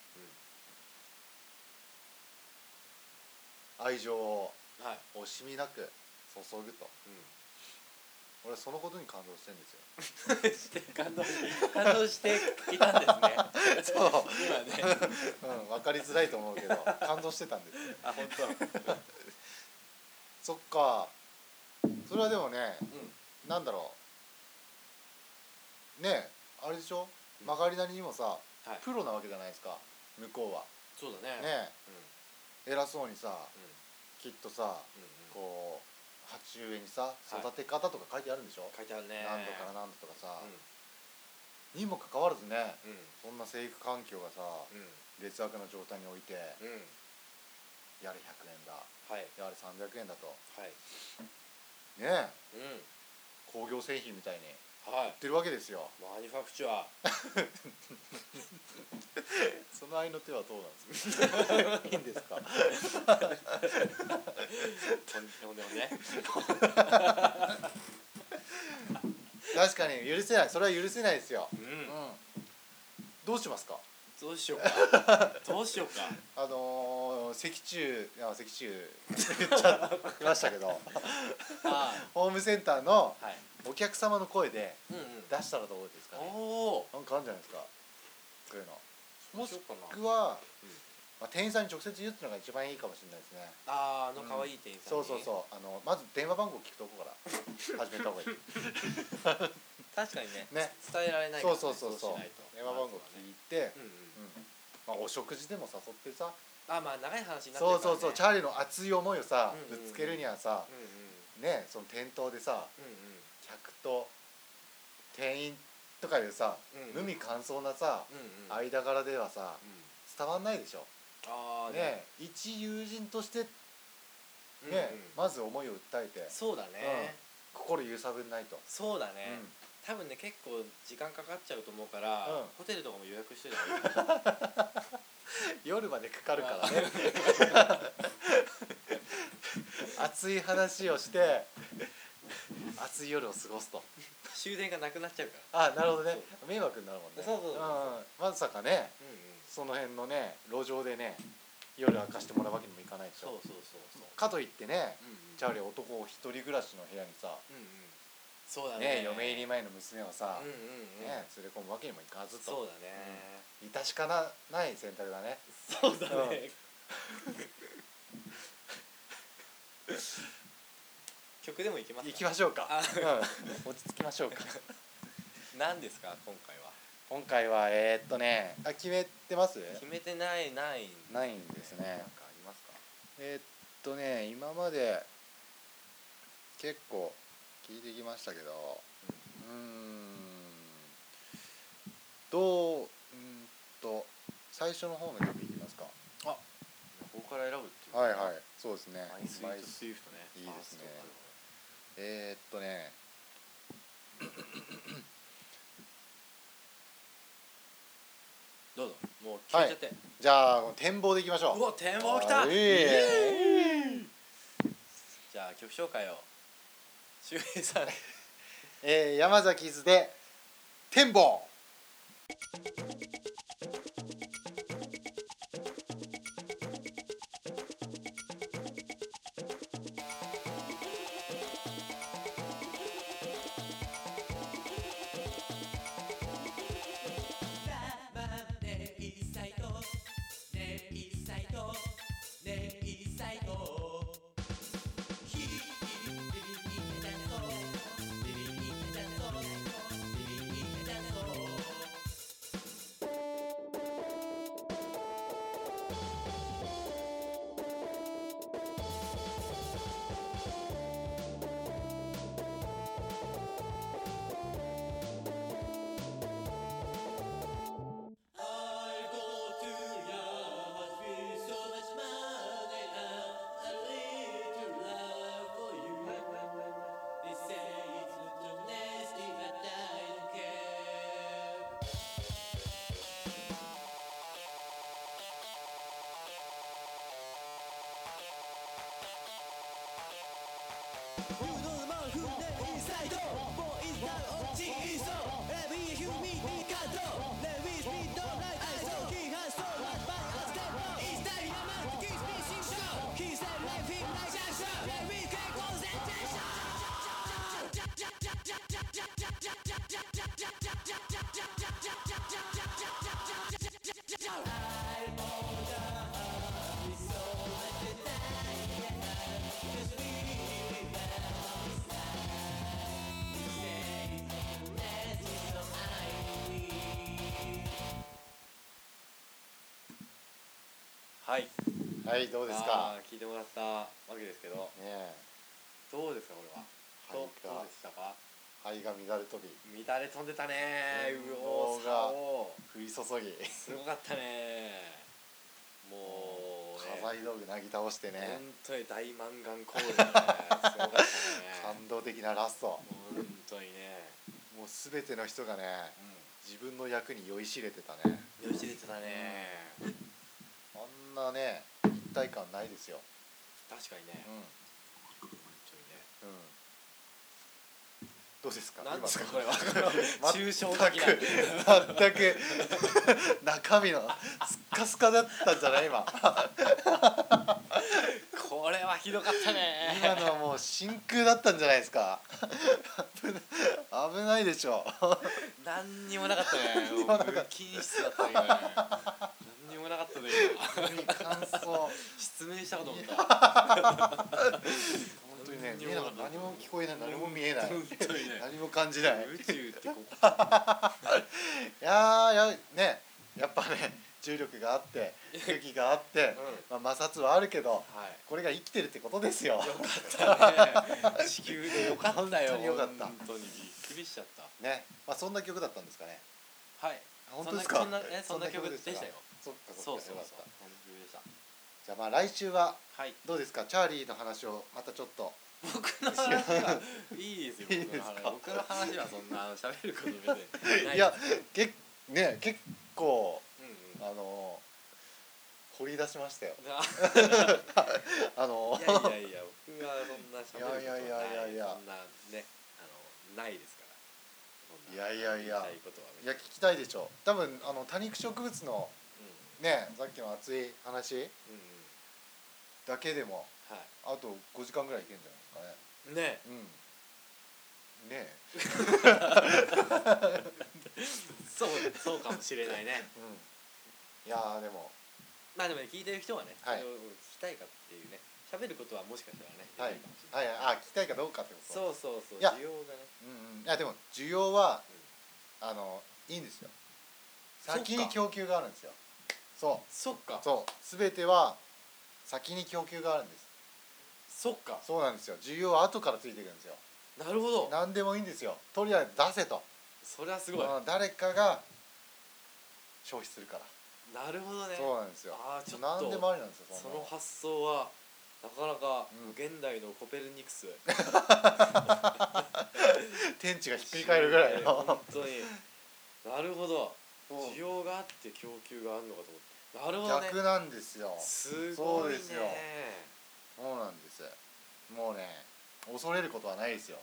Speaker 1: 愛情を
Speaker 2: はい、
Speaker 1: 惜しみなく注ぐと俺はそのことに感動してんで
Speaker 2: うん。して感動し感動していたんですね。
Speaker 1: そう
Speaker 2: 今ね。
Speaker 1: すよ、うん、分かりづらいと思うけど感動してたんですよ
Speaker 2: あ、本当。
Speaker 1: そっかそれはでもね
Speaker 2: うん。
Speaker 1: なんだろうねえあれでしょ曲がりなりにもさ
Speaker 2: はい。
Speaker 1: プロなわけじゃないですか向こうは
Speaker 2: そうだね。
Speaker 1: ね
Speaker 2: うん。
Speaker 1: え偉そうにさ
Speaker 2: うん。
Speaker 1: きっとさ
Speaker 2: うん。
Speaker 1: こう鉢植えにさ育て方とか書いてあるんでしょ、
Speaker 2: 書いてあるね。
Speaker 1: 何度から何度とかさ、
Speaker 2: う
Speaker 1: にもかかわらずね
Speaker 2: ん。
Speaker 1: そんな生育環境がさ
Speaker 2: うん。
Speaker 1: 劣悪な状態に置いて
Speaker 2: うん。うん。
Speaker 1: やれ100円だ
Speaker 2: はい。
Speaker 1: やれ300円だと
Speaker 2: はい。
Speaker 1: ねえ
Speaker 2: うん。
Speaker 1: 工業製品みたいに
Speaker 2: はい
Speaker 1: 売っ。てるわけですよ
Speaker 2: マニファクチュア。
Speaker 1: その愛の手はどうなんですかいいんですか
Speaker 2: とんとんでもね。
Speaker 1: 確かに許せないそれは許せないですよ
Speaker 2: う
Speaker 1: うん
Speaker 2: ん。
Speaker 1: どうしますか
Speaker 2: どうしようか。どうしようか。
Speaker 1: あのー、石中いや石中言っちゃいましたけど
Speaker 2: あ
Speaker 1: ホームセンターの
Speaker 2: ー。はい。
Speaker 1: お客様の声で
Speaker 2: うんうん。
Speaker 1: 出したらどうですかね
Speaker 2: おお。
Speaker 1: なんかあるんじゃないですかそういうのもし
Speaker 2: どうしようかな。
Speaker 1: 僕は、
Speaker 2: うん
Speaker 1: まあ、店員さんに直接言うってのが一番いいかもしれないですね
Speaker 2: あーあの可愛い店員さん
Speaker 1: そ
Speaker 2: に、
Speaker 1: うそうそうあのまず電話番号聞くとこから
Speaker 2: <laughs>
Speaker 1: 始めた方がいい
Speaker 2: 確かにね
Speaker 1: ね
Speaker 2: 伝えられないから
Speaker 1: そう
Speaker 2: ね
Speaker 1: そうそうそう
Speaker 2: しないと
Speaker 1: 電話番号聞いて、
Speaker 2: うんうん
Speaker 1: うんまあ、お食事でも誘ってさ、
Speaker 2: あまあ長い話になってるから、ね、
Speaker 1: そうそうそうチャーリーの熱い思いをさ、
Speaker 2: うんうんうん
Speaker 1: ぶつけるにはさ、
Speaker 2: うんうん
Speaker 1: ねその店頭でさ
Speaker 2: う
Speaker 1: 客と店員とかいうさ、
Speaker 2: うんうん
Speaker 1: 無味乾燥なさ、
Speaker 2: んうんうんうん
Speaker 1: 間柄ではさ伝わんないでしょ
Speaker 2: ああね
Speaker 1: ね一友人としてね、
Speaker 2: うんうん
Speaker 1: まず思いを訴えて
Speaker 2: そうだね、
Speaker 1: うん心揺さぶんないと、
Speaker 2: そうだね、
Speaker 1: うん
Speaker 2: 多分ね結構時間かかっちゃうと思うから、
Speaker 1: うん
Speaker 2: ホテルとかも予約してる
Speaker 1: <laughs>
Speaker 2: いいか
Speaker 1: 夜までかかるからね <laughs> 熱い話をして熱い夜を過ごすと
Speaker 2: ら終電がなくなっちゃうか
Speaker 1: あなるほどね迷惑になるもんね、
Speaker 2: そうそうそうん
Speaker 1: まさかね
Speaker 2: らうんうん
Speaker 1: その辺のね路上でね夜明かしてもらうわけにもいかないでし
Speaker 2: そう
Speaker 1: ょ
Speaker 2: そうそうそう
Speaker 1: かといってね
Speaker 2: うんうん
Speaker 1: チャーリーは男を一人暮らしの部屋にさ、
Speaker 2: うんうんそうだね
Speaker 1: ね、嫁入り前の娘をさ、
Speaker 2: うんうんうん、
Speaker 1: ね、連れ込むわけにもいかず
Speaker 2: そ
Speaker 1: と
Speaker 2: うだね、
Speaker 1: いたしかなない選択だね
Speaker 2: そうだね。 <laughs> 曲でも行きますか。
Speaker 1: 行きましょうか
Speaker 2: あ、
Speaker 1: うん、 <laughs> 落ち着きましょうか
Speaker 2: 何ですか今回は。
Speaker 1: 今回はえー、っとねあ決めてます
Speaker 2: 決めてないない。
Speaker 1: ないんです
Speaker 2: なん
Speaker 1: ね
Speaker 2: かありますか。
Speaker 1: えー、っとね今まで結構聞いてきましたけどうーんどううーんと最初の方の曲いきますか
Speaker 2: ここから選ぶっていう。
Speaker 1: はいはいそうですね
Speaker 2: マイスイートスイフトね。
Speaker 1: いいですね
Speaker 2: あ
Speaker 1: えー、っとね
Speaker 2: そうかどうぞ。もう決めちゃって。
Speaker 1: じゃあ展望でいきましょう
Speaker 2: うわ展望来た。
Speaker 1: あいい
Speaker 2: イエーイじゃあ曲紹介を。周平さん。
Speaker 1: えー山崎伊豆で展望
Speaker 3: ねえいサイトねえいサイトねえいサイトヒリリリリリリリリリリリリリリリリリリリリリリリ
Speaker 2: はい
Speaker 1: はいどうですか
Speaker 2: あー聞いてもらったわけですけど
Speaker 1: ねえ
Speaker 2: どうですかこれは
Speaker 1: はい
Speaker 2: どどうでしたか
Speaker 1: 肺が乱れ飛び
Speaker 2: 乱れ飛んでたね
Speaker 1: うん
Speaker 2: うおーさお
Speaker 1: 降り注ぎ
Speaker 2: すごかったねもうね
Speaker 1: 家財道具なぎ倒して
Speaker 2: 本
Speaker 1: ね
Speaker 2: 当に大満貫コールだねすごかったね
Speaker 1: 感動的なラスト
Speaker 2: 本当にね
Speaker 1: もう全ての人がね
Speaker 2: う
Speaker 1: 自分の役に酔いしれてたね
Speaker 2: んよしれてたね
Speaker 1: あんなね一体感ないですよ
Speaker 2: 確かにね
Speaker 1: う
Speaker 2: 本当にね
Speaker 1: んうんどうですか
Speaker 2: なんですか
Speaker 1: 今
Speaker 2: これは
Speaker 1: ま
Speaker 2: 抽象的な
Speaker 1: 全く <laughs> 中身のスッカスカだったんじゃない今
Speaker 2: <laughs> これはひどかった
Speaker 1: 今
Speaker 2: ね
Speaker 1: のはもう真空だったんじゃないですか危ない危ないでしょ
Speaker 2: 何にもなかったね
Speaker 1: にもなかった
Speaker 2: 無菌室だったね今ね何にもなかったね今
Speaker 1: 感想本
Speaker 2: 失明したかと思 <laughs> った
Speaker 1: 当にね
Speaker 2: 何に
Speaker 1: 目
Speaker 2: もな
Speaker 1: が
Speaker 2: かった
Speaker 1: 何も聞こえない何も見えない
Speaker 2: 本当にね
Speaker 1: 何も感じないい
Speaker 2: 宇宙ってここ
Speaker 1: やーやねやっぱね重力があって空気があって、まあ、摩擦はあるけど
Speaker 2: はい
Speaker 1: これが生きてるってことですよ
Speaker 2: 地球でよかったよ
Speaker 1: 本当によかった
Speaker 2: 本当にびっくりしちゃっ
Speaker 1: ねまあそんな曲だったんですかね
Speaker 2: たはい
Speaker 1: 本当ですか
Speaker 2: そんなそんなえそんな曲でしたよ
Speaker 1: すかそっか
Speaker 2: そ
Speaker 1: そっ
Speaker 2: う
Speaker 1: か
Speaker 2: そうそう
Speaker 1: よかった
Speaker 2: そんな曲でした
Speaker 1: じゃあまあ来週は
Speaker 2: はい
Speaker 1: どうですかチャーリーの話をまたちょっと
Speaker 2: 僕の話はいいですよ
Speaker 1: いいですか
Speaker 2: 僕の話僕の話はそんなあの喋ること別にない
Speaker 1: いやけね結構
Speaker 2: うんうん
Speaker 1: あのー掘り出しましたよ
Speaker 2: あ
Speaker 1: あのー <laughs>
Speaker 2: いやいやいや僕はそんな喋ることない
Speaker 1: いやいやいやいや
Speaker 2: そんなねあのないですからそんない
Speaker 1: やいやいや
Speaker 2: 言たことはい
Speaker 1: や聞きたいでしょ多分あの多肉植物の
Speaker 2: う
Speaker 1: ねさっきの熱い話
Speaker 2: んうんうん
Speaker 1: だけでも
Speaker 2: は
Speaker 1: あと5時間ぐらいいけるんじゃない
Speaker 2: いね
Speaker 1: ですかねうんね
Speaker 2: そうそうかもしれないね
Speaker 1: えうんいやーでも
Speaker 2: まあでもね聞いてる人はね、
Speaker 1: はい
Speaker 2: それを聞きたいかっていうね喋ることはもしかしたらね、
Speaker 1: はい
Speaker 2: できるかもしれない
Speaker 1: はいあ聞きたいかどうかってこと
Speaker 2: そうそうそう
Speaker 1: いや
Speaker 2: 需要がね
Speaker 1: うんうんいやでも需要は、あのいいんですよ先
Speaker 2: そっ
Speaker 1: に
Speaker 2: か
Speaker 1: 供給があるんですよそ
Speaker 2: そっか
Speaker 1: うそう全ては先に供給があるんです
Speaker 2: そっか
Speaker 1: そうなんですよ需要は後からついてくるんですよ
Speaker 2: なるほど
Speaker 1: 何でもいいんですよとりあえず出せと
Speaker 2: それはすごい
Speaker 1: あの誰かが消費するから、
Speaker 2: なるほどね
Speaker 1: そうなんですよ
Speaker 2: ああちょっ
Speaker 1: 何で
Speaker 2: と
Speaker 1: もありなんですよ
Speaker 2: そ
Speaker 1: んな
Speaker 2: の発想はなかなか
Speaker 1: うん
Speaker 2: 現代のコペルニクス
Speaker 1: 天地がひっくり返るぐらいの
Speaker 2: 本当になるほど
Speaker 1: そう
Speaker 2: 需要があって供給があるのかと思ってなるほどね
Speaker 1: <laughs> 逆なんですよ
Speaker 2: す
Speaker 1: そ
Speaker 2: ご
Speaker 1: う
Speaker 2: い
Speaker 1: で
Speaker 2: ね
Speaker 1: すよそうなんですもうね恐れることはないですよ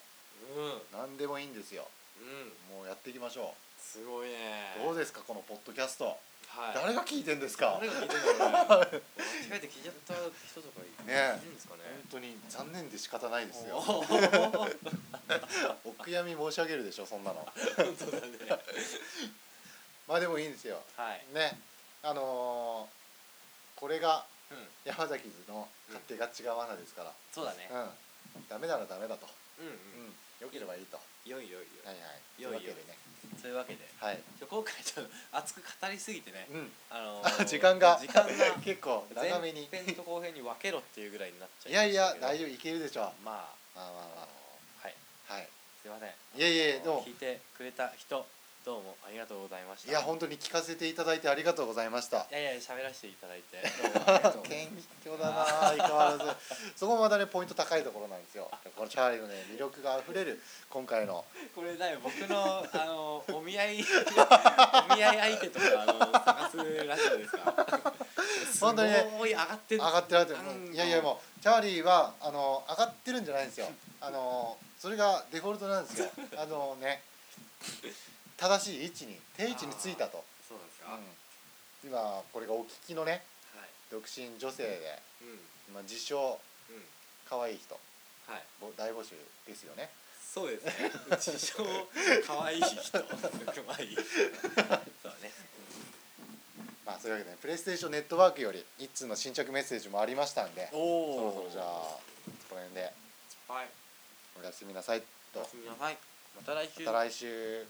Speaker 2: ううん
Speaker 1: 何でもいいんですよ
Speaker 2: うん
Speaker 1: もうやっていきましょ
Speaker 2: すごいね
Speaker 1: うどうですかこのポッドキャスト
Speaker 2: はい
Speaker 1: 誰が聞いてんです <laughs> か
Speaker 2: 誰が聞いてんだろうね間違えて聞いちゃった人とかい
Speaker 1: ね
Speaker 2: るんですかね
Speaker 1: 本当に残念で仕方ないですよ
Speaker 2: おー本
Speaker 1: お悔やみ申し上げるでしょそんなの
Speaker 2: 当だね
Speaker 1: まあでもいいんですよ
Speaker 2: はい
Speaker 1: ねあのーこれが
Speaker 2: うん
Speaker 1: 山崎図の勝手が違う罠ですから
Speaker 2: そうだね
Speaker 1: うん、ダメならダメだと、
Speaker 2: うんうん
Speaker 1: 良ければいいと
Speaker 2: よいよいよ
Speaker 1: はい
Speaker 2: 良
Speaker 1: はい
Speaker 2: い
Speaker 1: というわけでね
Speaker 2: そういうわけで <laughs>
Speaker 1: はい、
Speaker 2: ちょ今回ちょっと熱く語りすぎてね
Speaker 1: うん、
Speaker 2: あの
Speaker 1: あ
Speaker 2: ー
Speaker 1: <laughs> 時間が
Speaker 2: 時間が
Speaker 1: 結構長めに
Speaker 2: 前編と後編に分けろっていうぐらいになっちゃ
Speaker 1: いやいや
Speaker 2: ましたけ
Speaker 1: 大
Speaker 2: ど
Speaker 1: 丈夫いけるでしょう
Speaker 2: まあ
Speaker 1: まあま
Speaker 2: あの
Speaker 1: あ
Speaker 2: ーはい
Speaker 1: まあはい
Speaker 2: すいません
Speaker 1: いやいやいや
Speaker 2: あのー
Speaker 1: でも
Speaker 2: 聞いてくれた人どうもありがとうございました
Speaker 1: いや本当に聞かせていただいてありがとうございました
Speaker 2: いやいや喋らせていただいてどう
Speaker 1: <laughs>
Speaker 2: もありがとうござい
Speaker 1: 謙虚だな相変わらずそこもまたねポイント高いところなんですよこのチャーリーのね魅力があふれる今回の
Speaker 2: ますこれだよ僕のあのーお見合いお見合い相手とかあのー探すラジオですから
Speaker 1: 本当にね
Speaker 2: すごい上がって
Speaker 1: 上
Speaker 2: る
Speaker 1: がってる上がって
Speaker 2: あ
Speaker 1: る
Speaker 2: の
Speaker 1: いやいやもうチャーリーはあの上がってるんじゃないんですよあのそれがデフォルトな
Speaker 2: <laughs>
Speaker 1: んですよあのね正しい位置に定位置についたと、
Speaker 2: そうなんですか、はい
Speaker 1: うん、今これがお聞きのね独身女性で、
Speaker 2: うんうん
Speaker 1: まあ、自称可愛い人
Speaker 2: はい
Speaker 1: ぼ大募集ですよね
Speaker 2: そうですね。自称可愛い人、可愛い人。そうね。
Speaker 1: まあそういうわけで、ね、プレイステーションネットワークより一通の新着メッセージもありましたんで
Speaker 2: お
Speaker 1: そろそ
Speaker 2: お
Speaker 1: ろじゃあこの辺で
Speaker 2: はい。
Speaker 1: おやすみなさい
Speaker 2: お
Speaker 1: と
Speaker 2: やすみなさい。また来週。
Speaker 1: また来週